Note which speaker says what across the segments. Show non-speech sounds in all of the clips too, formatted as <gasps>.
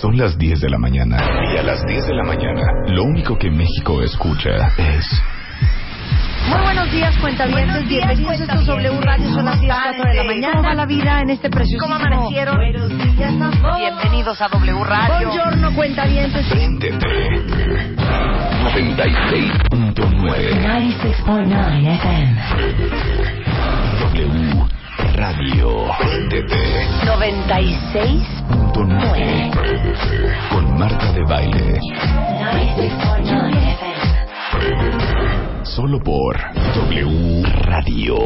Speaker 1: Son las 10 de la mañana. Y a las 10 de la mañana, lo único que México escucha es...
Speaker 2: Muy buenos días, cuentavientes.
Speaker 3: Buenos días,
Speaker 2: Bienvenidos a estos W Radio. Son las 10, 4 de la mañana. ¿Cómo va la vida en este preciosísimo...
Speaker 3: ¿Cómo amanecieron?
Speaker 2: Ya estamos.
Speaker 3: Bienvenidos a W Radio.
Speaker 2: Buongiorno, cuentavientes.
Speaker 1: Préndete. 96.9
Speaker 2: 96.9 FM.
Speaker 1: W Radio. Préndete.
Speaker 3: 96.
Speaker 1: 9 Con Marta de Baile. Solo por W Radio.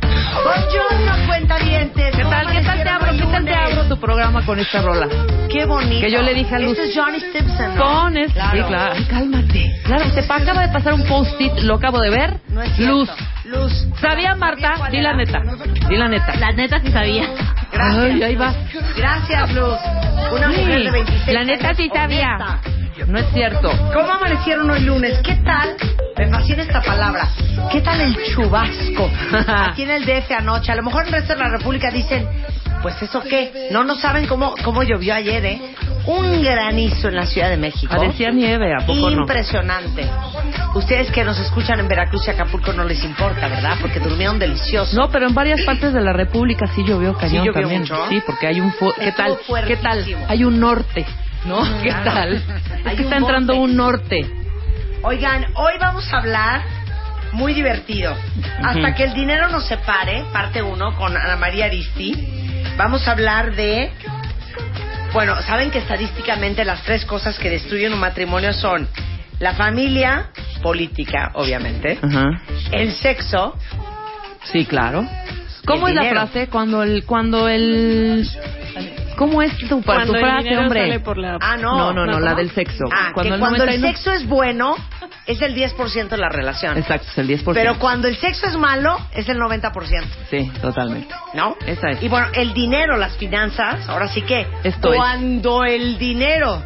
Speaker 2: Buongiorno, cuentavientes.
Speaker 3: ¿Qué tal? ¿Qué tal te abro? ¿Qué tal te abro tu programa con esta rola?
Speaker 2: Qué bonito.
Speaker 3: Que yo le dije a Luz.
Speaker 2: Este es Johnny Stimson. ¿no?
Speaker 3: Con es-
Speaker 2: Claro.
Speaker 3: Sí, claro. Ay, Cálmate. Claro, se pa- acaba de pasar un post-it, lo acabo de ver.
Speaker 2: No es cierto.
Speaker 3: Luz.
Speaker 2: Luz.
Speaker 3: ¿Sabía Marta? Di la neta. Di la neta.
Speaker 4: La neta sí sabía.
Speaker 2: Gracias.
Speaker 3: Ay, ahí vas.
Speaker 2: Gracias, Luz. Una
Speaker 3: Sí,
Speaker 2: mujer de 26
Speaker 3: la neta
Speaker 2: años,
Speaker 3: sí sabía.
Speaker 2: honesta.
Speaker 3: No es cierto.
Speaker 2: ¿Cómo amanecieron hoy lunes? ¿Qué tal? Pues Me fascina esta palabra. ¿Qué tal el chubasco?
Speaker 3: <laughs>
Speaker 2: Aquí en el DF anoche. A lo mejor en el resto de la República dicen, pues eso qué. No, no saben cómo, cómo llovió ayer, ¿eh? Un granizo en la Ciudad de México.
Speaker 3: Parecía nieve, ¿a poco no?
Speaker 2: Impresionante. Ustedes que nos escuchan en Veracruz y Acapulco no les importa, ¿verdad? Porque durmieron delicioso.
Speaker 3: No, pero en varias partes de la República sí llovió cañón
Speaker 2: llovió
Speaker 3: también.
Speaker 2: mucho.
Speaker 3: Sí, porque hay un fu- ¿qué tal?
Speaker 2: Estuvo
Speaker 3: ¿Qué tal?
Speaker 2: fuertísimo.
Speaker 3: Hay un norte, ¿no? ¿Qué tal?
Speaker 2: <laughs> Hay
Speaker 3: Es que
Speaker 2: un
Speaker 3: está entrando
Speaker 2: norte.
Speaker 3: un norte.
Speaker 2: Oigan, hoy vamos a hablar muy divertido. Hasta
Speaker 3: Ujú.
Speaker 2: que el dinero nos separe, parte uno, con Ana María Aristi. Vamos a hablar de. Bueno, saben que estadísticamente las tres cosas que destruyen un matrimonio son la familia, política, obviamente,
Speaker 3: Ajá.
Speaker 2: el sexo.
Speaker 3: Sí, claro. ¿Cómo es
Speaker 2: el
Speaker 3: la
Speaker 2: dinero.
Speaker 3: frase cuando el cuando el ¿Cómo es tu, tu
Speaker 4: Cuando el
Speaker 3: frase,
Speaker 4: dinero
Speaker 3: hombre?
Speaker 4: sale por la...
Speaker 2: Ah, no.
Speaker 3: no, no, no,
Speaker 2: ¿Cómo?
Speaker 3: la del sexo.
Speaker 2: Ah, que cuando, el
Speaker 3: 99
Speaker 2: sexo es bueno, es el 10% de la relación.
Speaker 3: Exacto, es el 10%.
Speaker 2: Pero cuando el sexo es malo, es el 90%.
Speaker 3: Sí, totalmente.
Speaker 2: ¿No?
Speaker 3: Esa es.
Speaker 2: Y bueno, el dinero, las finanzas, ahora sí que.
Speaker 3: Esto es.
Speaker 2: cuando el dinero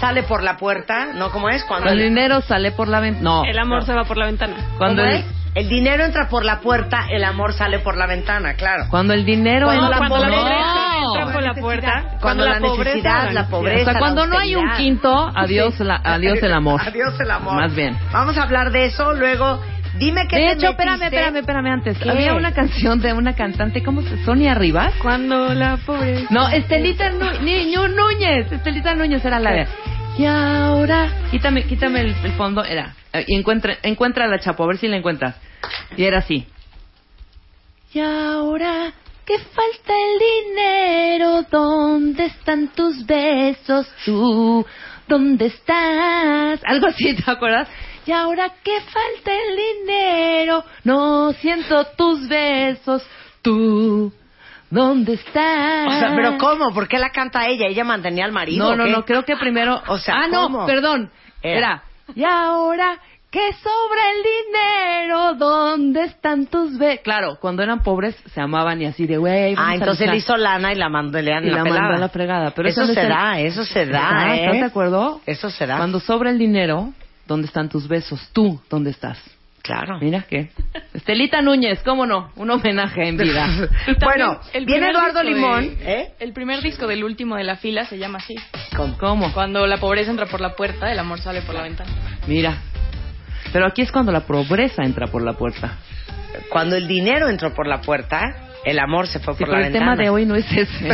Speaker 2: sale por la puerta, ¿no? ¿Cómo es? Cuando
Speaker 3: Cuando el dinero sale por la ventana. No.
Speaker 4: El amor se va por la ventana.
Speaker 3: Cuando
Speaker 2: ¿cómo
Speaker 3: el,
Speaker 2: es? El dinero entra por la puerta, el amor sale por la ventana, claro.
Speaker 3: cuando el dinero
Speaker 2: Cuando
Speaker 3: entra
Speaker 2: la
Speaker 4: cuando la
Speaker 2: pobreza
Speaker 4: pobreza
Speaker 3: No.
Speaker 4: entra por la puerta.
Speaker 2: Cuando la
Speaker 4: pobreza
Speaker 2: necesidad, la pobreza.
Speaker 3: O sea, cuando no hay un
Speaker 2: austeridad.
Speaker 3: quinto, adiós, la- adiós el amor.
Speaker 2: Adiós el amor.
Speaker 3: Más bien.
Speaker 2: Vamos a hablar de eso luego. Dime qué
Speaker 3: De
Speaker 2: te
Speaker 3: hecho,
Speaker 2: metiste.
Speaker 3: espérame, espérame, espérame antes.
Speaker 2: ¿Qué?
Speaker 3: Había una canción de una cantante, ¿cómo se? Sonia Rivas.
Speaker 4: Cuando la pobreza.
Speaker 3: No, Estelita Nu- Ni- Ñu- Núñez. Estelita Núñez era la de. Y ahora, quítame, quítame el, el fondo. Era. eh, Y encuentra, encuentra a la chapo, a ver si la encuentras. Y era así. Y ahora que falta el dinero, ¿dónde están tus besos tú? ¿Dónde estás? Algo así, ¿te acuerdas? Y ahora que falta el dinero, no siento tus besos tú. ¿Dónde estás?
Speaker 2: O sea, pero ¿cómo? ¿Por qué la canta ella? ¿Ella mantenía al marido?
Speaker 3: No,
Speaker 2: o
Speaker 3: no,
Speaker 2: qué?
Speaker 3: no, creo que primero.
Speaker 2: O sea,
Speaker 3: ah, no,
Speaker 2: ¿cómo?
Speaker 3: perdón.
Speaker 2: Era.
Speaker 3: Era. Y ahora que sobra el dinero, ¿dónde están tus be Claro, cuando eran pobres se amaban y así de güey. vamos
Speaker 2: Ah,
Speaker 3: a
Speaker 2: entonces
Speaker 3: luchar.
Speaker 2: le hizo lana y la mandó, le
Speaker 3: Y la mandó a la fregada, pero
Speaker 2: eso,
Speaker 3: eso no
Speaker 2: se
Speaker 3: es el-
Speaker 2: da, eso se da,
Speaker 3: Ah,
Speaker 2: ¿eh?
Speaker 3: ¿Estás de acuerdo?
Speaker 2: Eso se da.
Speaker 3: Cuando sobra el dinero, ¿dónde están tus besos? Tú, ¿dónde estás?
Speaker 2: Claro.
Speaker 3: Mira que. Estelita Núñez, ¿cómo no? Un homenaje en vida.
Speaker 2: <laughs>
Speaker 4: Y también
Speaker 2: Bueno,
Speaker 4: el
Speaker 2: viene
Speaker 4: primer
Speaker 2: Eduardo
Speaker 4: disco de-
Speaker 2: Limón, ¿eh?
Speaker 4: El primer disco del último de la fila se llama así.
Speaker 3: ¿Cómo? ¿Cómo?
Speaker 4: Cuando la pobreza entra por la puerta, el amor sale por la ventana.
Speaker 3: Mira. Pero aquí es cuando la pobreza entra por la puerta.
Speaker 2: Cuando el dinero entró por la puerta, el amor se fue
Speaker 3: Sí,
Speaker 2: por la
Speaker 3: pero el
Speaker 2: ventana.
Speaker 3: tema de hoy no es
Speaker 2: <laughs>
Speaker 3: ese.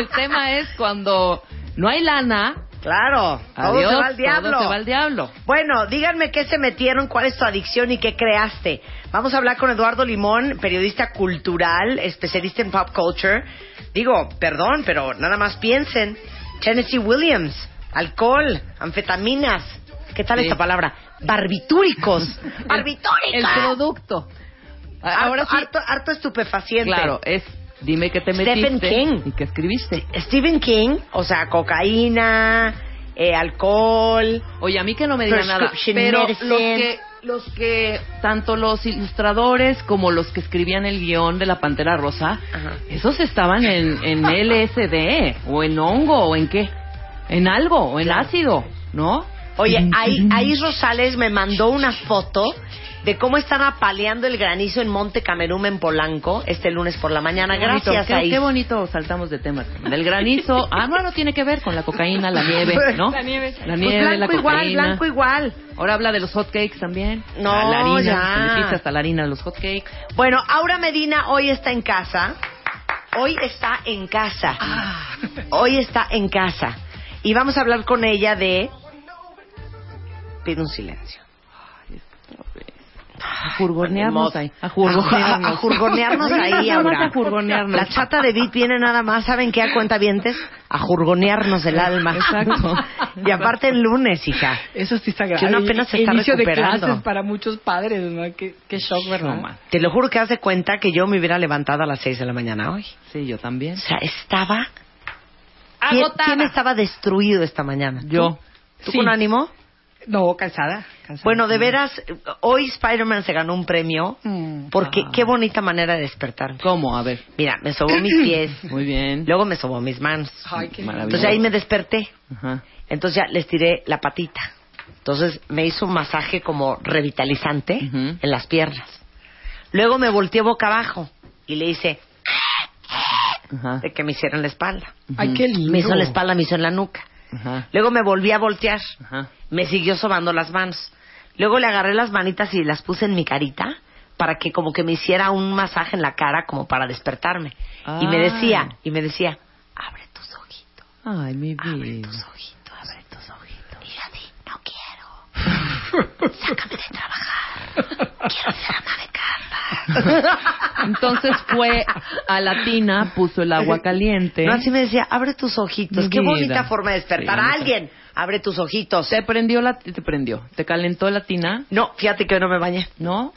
Speaker 3: el tema es cuando no hay lana,
Speaker 2: Claro, todo
Speaker 3: adiós,
Speaker 2: se va al diablo.
Speaker 3: todo se va al diablo.
Speaker 2: Bueno, díganme qué se metieron, cuál es tu adicción y qué creaste. Vamos a hablar con Eduardo Limón, periodista cultural, especialista en pop culture. Digo, perdón, pero nada más piensen. Tennessee Williams, alcohol, anfetaminas. ¿Qué tal
Speaker 3: Sí.
Speaker 2: esta palabra? Barbitúricos.
Speaker 3: <laughs> El
Speaker 2: Barbitúricos.
Speaker 3: producto. A-
Speaker 2: Harto,
Speaker 3: Ahora sí,
Speaker 2: harto, harto estupefaciente.
Speaker 3: claro, es dime qué te
Speaker 2: Stephen
Speaker 3: metiste
Speaker 2: King.
Speaker 3: y qué escribiste.
Speaker 2: Stephen King, o sea, cocaína, eh, alcohol.
Speaker 3: Oye, a mí que no me diga nada,
Speaker 2: Prescription
Speaker 3: pero los
Speaker 2: medicine.
Speaker 3: que los que tanto los ilustradores como los que escribían el guión de La Pantera Rosa,
Speaker 2: Ajá.
Speaker 3: esos estaban en, en LSD o en hongo o en qué, en algo o en ácido, ¿no?
Speaker 2: Oye, ahí, ahí Rosales me mandó una foto de cómo están apaleando el granizo en Monte Camerún, en Polanco, este lunes por la mañana.
Speaker 3: Qué bonito,
Speaker 2: Gracias,
Speaker 3: qué,
Speaker 2: Ais.
Speaker 3: qué bonito saltamos de tema. Del granizo. Ah, no, no tiene que ver con la cocaína, la nieve, ¿no?
Speaker 4: La nieve.
Speaker 3: La
Speaker 2: Pues
Speaker 3: nieve, la
Speaker 2: blanco
Speaker 3: cocaína.
Speaker 2: igual, blanco igual.
Speaker 3: Ahora habla de los hotcakes también.
Speaker 2: No,
Speaker 3: Ah, la harina,
Speaker 2: ya.
Speaker 3: se le quita hasta la harina a los hotcakes.
Speaker 2: Bueno, Aura Medina hoy está en casa. Hoy está en casa.
Speaker 3: Ah,
Speaker 5: Ah,
Speaker 2: Hoy está en casa. Y vamos a hablar con ella de... Pido un silencio.
Speaker 3: A jurgonearnos
Speaker 2: Ni modo.
Speaker 3: ahí. A jurgonearnos.
Speaker 2: A- a jurgonearnos ahí,
Speaker 3: Nada más
Speaker 2: Aura.
Speaker 3: A jurgonearnos.
Speaker 2: La chata de Bit viene nada más, ¿saben qué? A cuenta vientes, a jurgonearnos el alma.
Speaker 5: Exacto.
Speaker 2: Y aparte el lunes, hija.
Speaker 5: Eso sí está grave.
Speaker 2: Que uno apenas se
Speaker 5: El
Speaker 2: está
Speaker 5: Inicio
Speaker 2: recuperando.
Speaker 5: de clases para muchos padres, ¿no? Qué, qué shock, ¿verdad?
Speaker 3: No, man.
Speaker 2: Te lo juro que hace cuenta que yo me hubiera levantado a las 6 de la mañana hoy.
Speaker 3: Sí, yo también.
Speaker 2: O sea, estaba... ¿Quién,
Speaker 4: Agotada.
Speaker 2: quién estaba destruido esta mañana?
Speaker 3: Yo.
Speaker 2: ¿Tú
Speaker 5: Sí.
Speaker 2: con ánimo?
Speaker 5: No, cansada. cansada.
Speaker 2: Bueno, de veras, hoy Spider-Man se ganó un premio
Speaker 5: Mm.
Speaker 2: porque
Speaker 3: Ah.
Speaker 2: qué bonita manera de despertar.
Speaker 3: ¿Cómo? A ver.
Speaker 2: Mira, me sobó
Speaker 5: <clears throat>
Speaker 2: mis pies,
Speaker 3: Muy bien.
Speaker 2: luego me sobó mis manos.
Speaker 5: Ay, qué
Speaker 3: Maravilloso.
Speaker 2: Entonces ahí me desperté,
Speaker 3: Ajá.
Speaker 2: entonces ya les tiré la patita. Entonces me hizo un masaje como revitalizante
Speaker 3: Ujú.
Speaker 2: en las piernas. Luego me volteé boca abajo y le hice
Speaker 3: Ajá.
Speaker 2: de que me hicieron la espalda.
Speaker 5: Ay, qué lindo.
Speaker 2: Me hizo en la espalda, me hizo en la nuca.
Speaker 3: Ajá.
Speaker 2: Luego me volví a voltear.
Speaker 3: Ajá.
Speaker 2: me siguió sobando las manos. Luego le agarré las manitas y las puse en mi carita para que como que me hiciera un masaje en la cara como para despertarme. Y me
Speaker 3: Ah.
Speaker 2: decía, y me decía, abre tus ojitos,
Speaker 3: Ay, mi
Speaker 2: abre
Speaker 3: vida.
Speaker 5: pues.
Speaker 2: tus ojitos, abre tus ojitos. Y yo di, no quiero. Sácame de trabajar. Quiero ser ama de casa.
Speaker 3: Entonces fue a la tina, puso el
Speaker 5: <laughs>
Speaker 3: agua caliente.
Speaker 2: No, así me decía, abre tus ojitos.
Speaker 3: Mi
Speaker 2: Qué
Speaker 3: vida.
Speaker 2: bonita forma de despertar
Speaker 3: Sí,
Speaker 2: a
Speaker 3: bonita.
Speaker 2: alguien. Abre tus ojitos. eh".
Speaker 3: Te prendió la te prendió, te calentó la tina,
Speaker 2: No, fíjate que hoy no me bañé.
Speaker 5: <laughs>
Speaker 3: ¿no?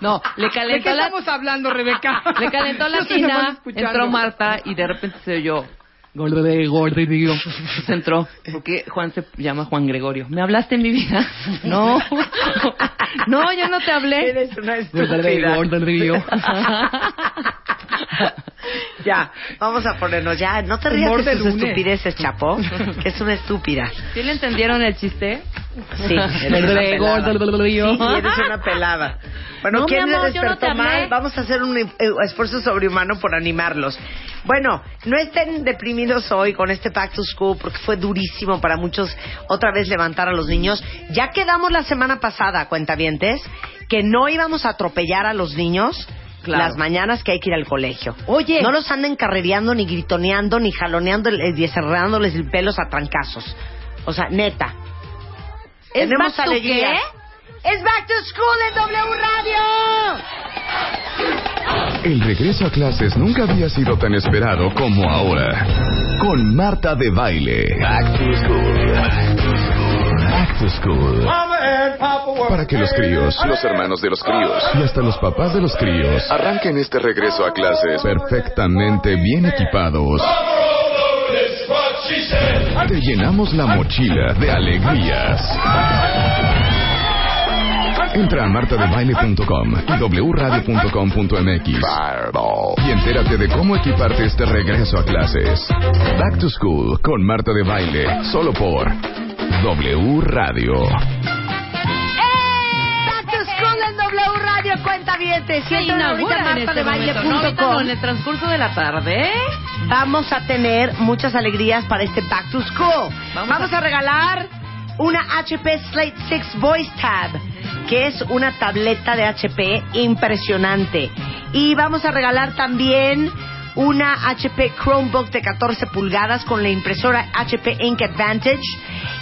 Speaker 3: no, le
Speaker 5: ¿De qué
Speaker 3: calentó la
Speaker 5: estamos hablando,
Speaker 4: <laughs>
Speaker 5: Rebeca?
Speaker 3: le calentó la
Speaker 5: <laughs> Yo estoy nomás
Speaker 3: tina,
Speaker 5: escuchando.
Speaker 3: entró Marta y de repente se oyó gordo de gordo y digo, se entró porque Juan se llama Juan Gregorio. ¿Me hablaste en mi vida? No. <laughs> No, yo no te hablé.
Speaker 2: Eres
Speaker 5: Pues,
Speaker 2: una
Speaker 3: Gordo de
Speaker 2: estúpida.
Speaker 3: gordo de digo.
Speaker 2: <laughs> Ya, vamos a ponernos ya. No te
Speaker 5: Humor
Speaker 2: rías de
Speaker 5: de
Speaker 2: tus
Speaker 5: lunes.
Speaker 2: estupideces, Chapo. Que es una estúpida.
Speaker 3: ¿Sí le entendieron el chiste?
Speaker 2: Sí, <laughs> eres
Speaker 3: Gordo de
Speaker 2: una pelada.
Speaker 3: gordo de digo.
Speaker 2: Sí, eres una pelada. Bueno,
Speaker 3: No, mi
Speaker 2: ¿quién le
Speaker 3: amor, yo no
Speaker 2: despertó
Speaker 3: te hablé.
Speaker 2: mal? Vamos a hacer un eh, esfuerzo sobrehumano por animarlos. Bueno, no estén deprimidos hoy con este Back to School porque fue durísimo para muchos otra vez levantar a los niños. Ya quedamos la semana pasada, cuentavientes, que no íbamos a atropellar a los niños
Speaker 3: Claro.
Speaker 2: las mañanas que hay que ir al colegio.
Speaker 3: Oye.
Speaker 2: No los anden carrereando, ni gritoneando, ni jaloneando, eh, y cerrándoles el pelo a trancazos. O sea, neta.
Speaker 3: ¿Es back
Speaker 2: Tenemos
Speaker 3: to
Speaker 2: alegría. ¡Es Back to School en W Radio!
Speaker 1: El regreso a clases nunca había sido tan esperado como ahora. Con Marta de Baile. Back to School. Back to School. Para que los críos, los hermanos de los críos y hasta los papás de los críos arranquen este regreso a clases perfectamente bien equipados. Te llenamos la mochila de alegrías. Entra a martadebaile.com y wradio.com.mx y entérate de cómo equiparte este regreso a clases. Back to School con Marta de Baile, solo por W Radio.
Speaker 3: ¡Eh!
Speaker 2: Back to School en W Radio, cuenta vientes.
Speaker 3: Se inaugura en este momento, ¿no? Ahorita, no, en el transcurso de la tarde.
Speaker 2: Vamos a tener muchas alegrías para este Back to School. Vamos,
Speaker 3: Vamos
Speaker 2: a...
Speaker 3: a-
Speaker 2: regalar una HP Slate 6 Voice Tab, que es una tableta de HP impresionante. Y vamos a regalar también una HP Chromebook de 14 pulgadas con la impresora HP Ink Advantage.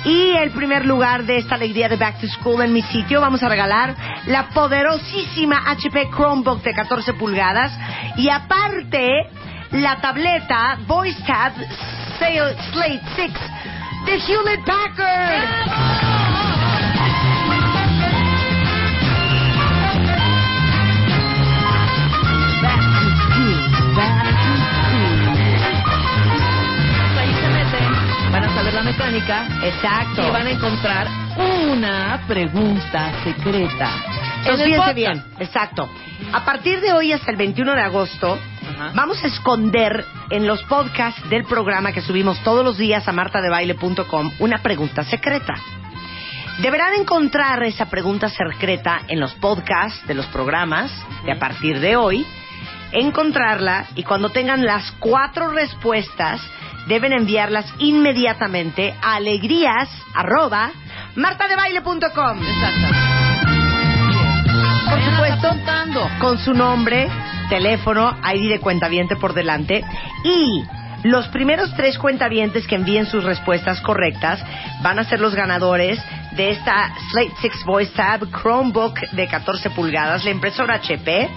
Speaker 2: Y el primer lugar de esta alegría de Back to School en mi sitio vamos a regalar la poderosísima HP Chromebook de 14 pulgadas. Y aparte, la tableta Voice Tab Sale Slate 6 de Hewlett Packard.
Speaker 3: Ahí se meten, van a saber la mecánica
Speaker 2: Exacto.
Speaker 3: y van a encontrar una pregunta secreta. En
Speaker 2: Entonces,
Speaker 3: el
Speaker 2: fíjense
Speaker 3: podcast.
Speaker 2: bien, exacto. A partir de hoy hasta el 21 de agosto,
Speaker 3: Ajá.
Speaker 2: vamos a esconder en los podcasts del programa que subimos todos los días a martadebaile.com una pregunta secreta. Deberán encontrar esa pregunta secreta en los podcasts de los programas de a partir de hoy, encontrarla y cuando tengan las cuatro respuestas deben enviarlas inmediatamente a alegrías arroba martadebaile.com. Por supuesto, con su nombre, teléfono, ID de cuentaviente por delante y los primeros tres cuentavientes que envíen sus respuestas correctas van a ser los ganadores de esta Slate Six Voice Tab Chromebook de 14 pulgadas, la impresora HP.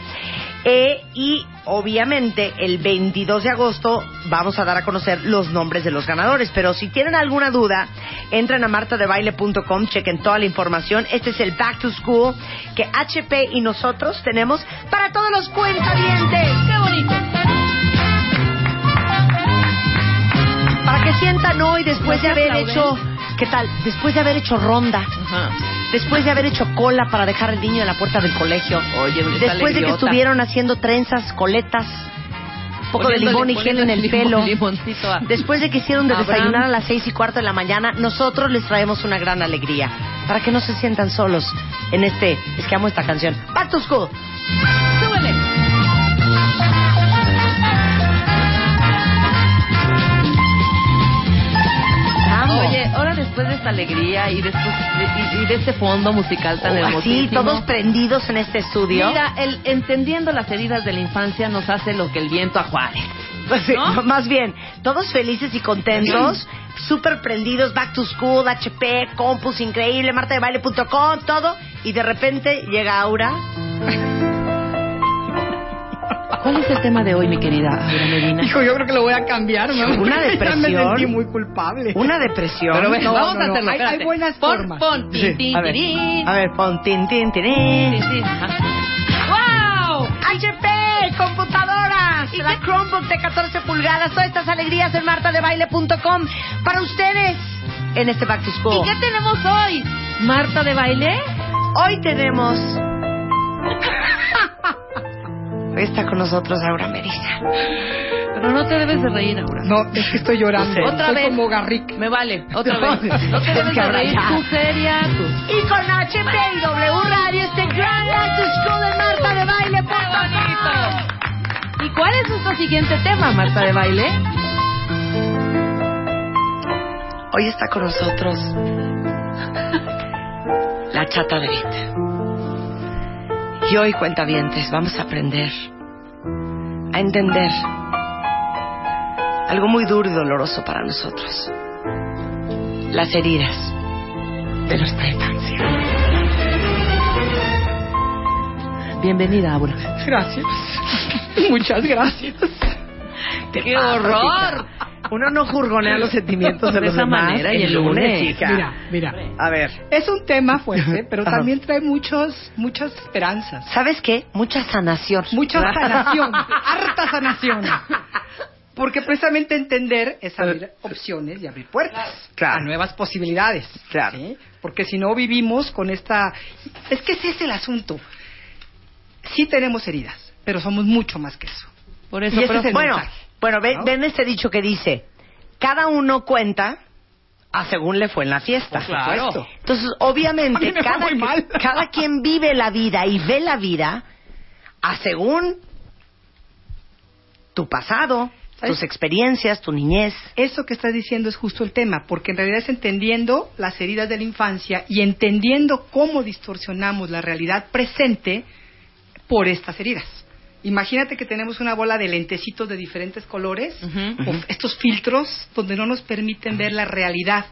Speaker 2: Eh, y obviamente el 22 de agosto vamos a dar a conocer los nombres de los ganadores. Pero si tienen alguna duda, entren a martadebaile.com, chequen toda la información. Este es el Back to School que HP y nosotros tenemos para todos los cuentavientes. ¡Qué bonito! Para que sientan hoy después de haber hecho, ¿qué tal? Después de haber hecho ronda, después de haber hecho cola para dejar el niño en la puerta del colegio,
Speaker 3: Oye, está
Speaker 2: después de que
Speaker 3: alegriota.
Speaker 2: estuvieron haciendo trenzas, coletas, un poco de
Speaker 3: Poniéndole-
Speaker 2: limón y gel en el
Speaker 3: poniéndole
Speaker 2: pelo,
Speaker 3: limón- limoncito a-
Speaker 2: después de que hicieron de
Speaker 3: Abraham.
Speaker 2: desayunar a las seis y cuarto de la mañana, nosotros les traemos una gran alegría para que no se sientan solos en este, es que amo esta canción, Back to School. ¡Súbele! Amo.
Speaker 3: Oye, ahora después de esta alegría y después de, y- y de este fondo musical tan
Speaker 2: Oh, así,
Speaker 3: hermosísimo.
Speaker 2: todos prendidos en este estudio.
Speaker 3: Mira, el entendiendo las heridas de la infancia nos hace lo que el viento a Juárez.
Speaker 2: Sí,
Speaker 3: ¿No?
Speaker 2: Pues, <laughs> Más bien, todos felices y contentos, súper prendidos, back to school, HP, compus, increíble, martadebaile.com, todo, y de repente llega Aura.
Speaker 3: ¿Cuál es el tema de hoy, mi querida Aura Medina?
Speaker 5: Hijo, yo creo que lo voy a cambiar, mamá.
Speaker 2: Una
Speaker 5: Ya me
Speaker 2: depresión.
Speaker 5: sentí muy culpable.
Speaker 2: Una depresión.
Speaker 3: Pero ven,
Speaker 5: No,
Speaker 3: vamos
Speaker 5: no,
Speaker 3: a
Speaker 5: no.
Speaker 3: hacerlo.
Speaker 5: Hay- hay
Speaker 3: espérate.
Speaker 5: buenas
Speaker 3: pon,
Speaker 5: formas.
Speaker 3: Pon,
Speaker 2: Sí,
Speaker 3: tin, tin,
Speaker 2: a ver.
Speaker 3: tirín.
Speaker 2: A ver, pon tin, tin, tirín.
Speaker 3: Sí, sí,
Speaker 2: Ah,
Speaker 3: ajá. ¡Wow!
Speaker 2: HP, computadoras, la Chromebook de 14 pulgadas, todas estas alegrías en martadebaile.com para ustedes en este Back to School.
Speaker 3: ¿Y qué tenemos hoy? ¿Marta de baile?
Speaker 2: Hoy tenemos. Hoy está con nosotros Aura Merisa.
Speaker 3: Pero no te debes de reír, Aura.
Speaker 5: No, es que estoy llorando.
Speaker 2: No sé.
Speaker 3: Otra
Speaker 5: Soy
Speaker 3: vez.
Speaker 5: como Garrick.
Speaker 3: Me vale, otra
Speaker 5: No,
Speaker 3: vez. No te
Speaker 2: es
Speaker 3: debes
Speaker 2: que
Speaker 3: de
Speaker 2: ahora
Speaker 3: reír,
Speaker 2: ya.
Speaker 3: tú seria, tú.
Speaker 2: Y con HP y W Radio, este gran Back to School de Marta de Baile.
Speaker 3: ¿Y cuál es nuestro siguiente tema, Marta de baile?
Speaker 2: Hoy está con nosotros la chata de Vita. Y hoy, cuentavientes, vamos a aprender a entender algo muy duro y doloroso para nosotros. Las heridas de nuestra infancia.
Speaker 3: Bienvenida, Aura.
Speaker 5: Gracias. Muchas gracias.
Speaker 3: ¡Qué horror!
Speaker 2: Uno no jurgonea los sentimientos
Speaker 3: de los demás el lunes, chica.
Speaker 5: Mira, mira.
Speaker 2: A ver.
Speaker 5: Es un tema fuerte, pero
Speaker 2: Ajá.
Speaker 5: también trae muchos, muchas esperanzas.
Speaker 2: ¿Sabes qué? Mucha sanación.
Speaker 5: Mucha sanación, harta sanación. Porque precisamente entender es abrir opciones y abrir puertas
Speaker 2: Claro.
Speaker 5: a nuevas posibilidades.
Speaker 2: Claro.
Speaker 5: ¿sí? Porque si no vivimos con esta... Es que ese es el asunto. Sí tenemos heridas, pero somos mucho más que eso.
Speaker 3: Por
Speaker 5: Y
Speaker 3: eso,
Speaker 5: ese
Speaker 3: pero
Speaker 5: es el
Speaker 2: bueno,
Speaker 5: mensaje.
Speaker 2: bueno, ve-
Speaker 5: ¿no?
Speaker 2: ven este dicho que dice, cada uno cuenta a según le fue en la fiesta.
Speaker 3: Por supuesto. Claro.
Speaker 2: Entonces,
Speaker 5: A mí
Speaker 2: obviamente,
Speaker 5: me fue
Speaker 2: cada,
Speaker 5: muy mal.
Speaker 2: <laughs> cada quien vive la vida y ve la vida a según tu pasado,
Speaker 5: ¿Sabes?
Speaker 2: tus experiencias, tu niñez.
Speaker 5: Eso que estás diciendo es justo el tema, porque en realidad es entendiendo las heridas de la infancia y entendiendo cómo distorsionamos la realidad presente por estas heridas. Imagínate que tenemos una bola de lentecitos de diferentes colores,
Speaker 3: Ujú.
Speaker 5: o estos filtros donde no nos permiten ver la realidad,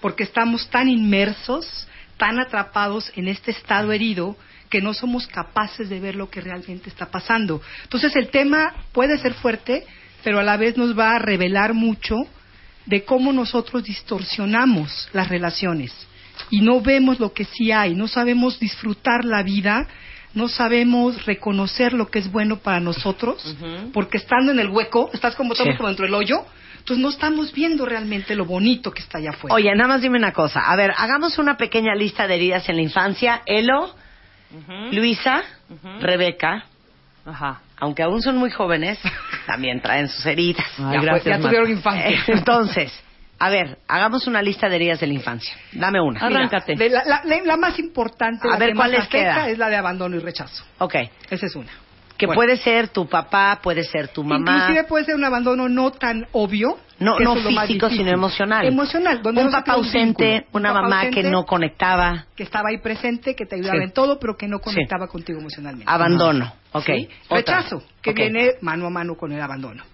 Speaker 5: porque estamos tan inmersos, tan atrapados en este estado herido que no somos capaces de ver lo que realmente está pasando. Entonces el tema puede ser fuerte, pero a la vez nos va a revelar mucho de cómo nosotros distorsionamos las relaciones y no vemos lo que sí hay, no sabemos disfrutar la vida, no sabemos reconocer lo que es bueno para nosotros,
Speaker 3: Ujú.
Speaker 5: porque estando en el hueco, estás como estamos
Speaker 2: Sí.
Speaker 5: como dentro del hoyo, entonces no estamos viendo realmente lo bonito que está allá afuera.
Speaker 2: Oye, nada más dime una cosa. A ver, hagamos una pequeña lista de heridas en la infancia. Elo, Luisa,
Speaker 3: Ujú.
Speaker 2: Rebeca,
Speaker 3: Ajá.
Speaker 2: aunque aún <laughs> son muy jóvenes, también traen sus heridas.
Speaker 3: Ay,
Speaker 5: ya, fue-
Speaker 3: gracias,
Speaker 5: ya tuvieron
Speaker 3: Marta.
Speaker 5: infancia.
Speaker 2: <laughs> Entonces, A ver, hagamos una lista de heridas de la infancia. Dame una.
Speaker 3: Arran-
Speaker 5: Mira,
Speaker 3: Arráncate.
Speaker 5: de la, la- la- la más importante,
Speaker 2: A
Speaker 5: la
Speaker 2: ver,
Speaker 5: que más
Speaker 2: ¿cuál les
Speaker 5: afecta,
Speaker 2: queda?
Speaker 5: es la de abandono y rechazo.
Speaker 2: Ok.
Speaker 5: Esa es una.
Speaker 2: Que
Speaker 5: Bueno.
Speaker 2: puede ser tu papá, puede ser tu mamá.
Speaker 5: Inclusive puede ser un abandono no tan obvio.
Speaker 2: No,
Speaker 5: que
Speaker 2: no
Speaker 5: eso es lo más
Speaker 2: físico,
Speaker 5: difícil.
Speaker 2: sino emocional.
Speaker 5: Emocional. Donde
Speaker 2: un
Speaker 5: no se
Speaker 2: papá
Speaker 5: crea
Speaker 2: ausente,
Speaker 5: vínculo.
Speaker 2: una
Speaker 5: Un papá
Speaker 2: mamá que
Speaker 5: ausente
Speaker 2: no conectaba,
Speaker 5: Que estaba ahí presente, que te ayudaba
Speaker 2: Sí.
Speaker 5: en todo, pero que no
Speaker 2: Sí.
Speaker 5: conectaba contigo emocionalmente.
Speaker 2: abandono. Ok.
Speaker 5: ¿sí?
Speaker 2: Otra.
Speaker 5: Rechazo, que
Speaker 2: Ok.
Speaker 5: viene mano a mano con el abandono.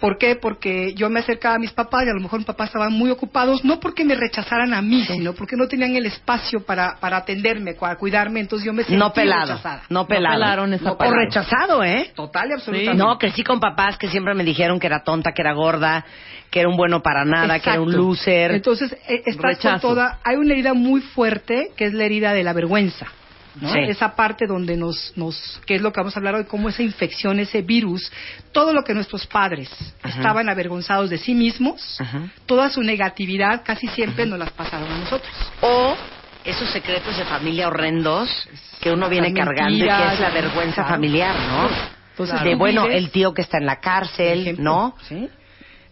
Speaker 5: ¿Por qué? Porque yo me acercaba a mis papás y a lo mejor mis papás estaban muy ocupados, no porque me rechazaran a mí, sino porque no tenían el espacio para, para atenderme, para cuidarme, entonces yo me sentía
Speaker 2: No pelado,
Speaker 5: rechazada.
Speaker 2: no pelado.
Speaker 3: pelaron esa
Speaker 2: o
Speaker 3: palabra.
Speaker 2: rechazado, ¿eh?
Speaker 5: Total y absolutamente.
Speaker 2: No, crecí con papás que siempre me dijeron que era tonta, que era gorda, que era un bueno para nada, que era un
Speaker 5: Exacto.
Speaker 2: loser.
Speaker 5: Entonces, e- estás con
Speaker 3: Rechazo.
Speaker 5: toda. Hay una herida muy fuerte que es la herida de la vergüenza. ¿no?
Speaker 2: Sí.
Speaker 5: Esa parte donde nos, nos, que es lo que vamos a hablar hoy, cómo esa infección, ese virus, todo lo que nuestros padres
Speaker 2: Ajá.
Speaker 5: estaban avergonzados de sí mismos,
Speaker 2: Ajá.
Speaker 5: toda su negatividad casi siempre nos las pasaron a nosotros.
Speaker 2: O esos secretos de familia horrendos que uno viene
Speaker 5: Las
Speaker 2: cargando y que
Speaker 5: mentiras,
Speaker 2: es la vergüenza
Speaker 5: claro.
Speaker 2: familiar, ¿no?
Speaker 5: Entonces,
Speaker 2: de
Speaker 5: tú
Speaker 2: bueno,
Speaker 5: vives-
Speaker 2: el tío que está en la
Speaker 5: Por
Speaker 2: cárcel,
Speaker 5: ejemplo,
Speaker 2: ¿no?
Speaker 5: ¿sí?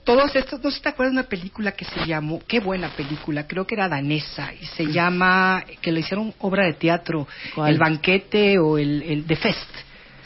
Speaker 5: Todos estos, no sé si te acuerdas de una película que se llamó, qué buena película, creo que era danesa, y se llama, que le hicieron obra de teatro,
Speaker 3: ¿Cuál?
Speaker 5: El Banquete o el, el The Fest.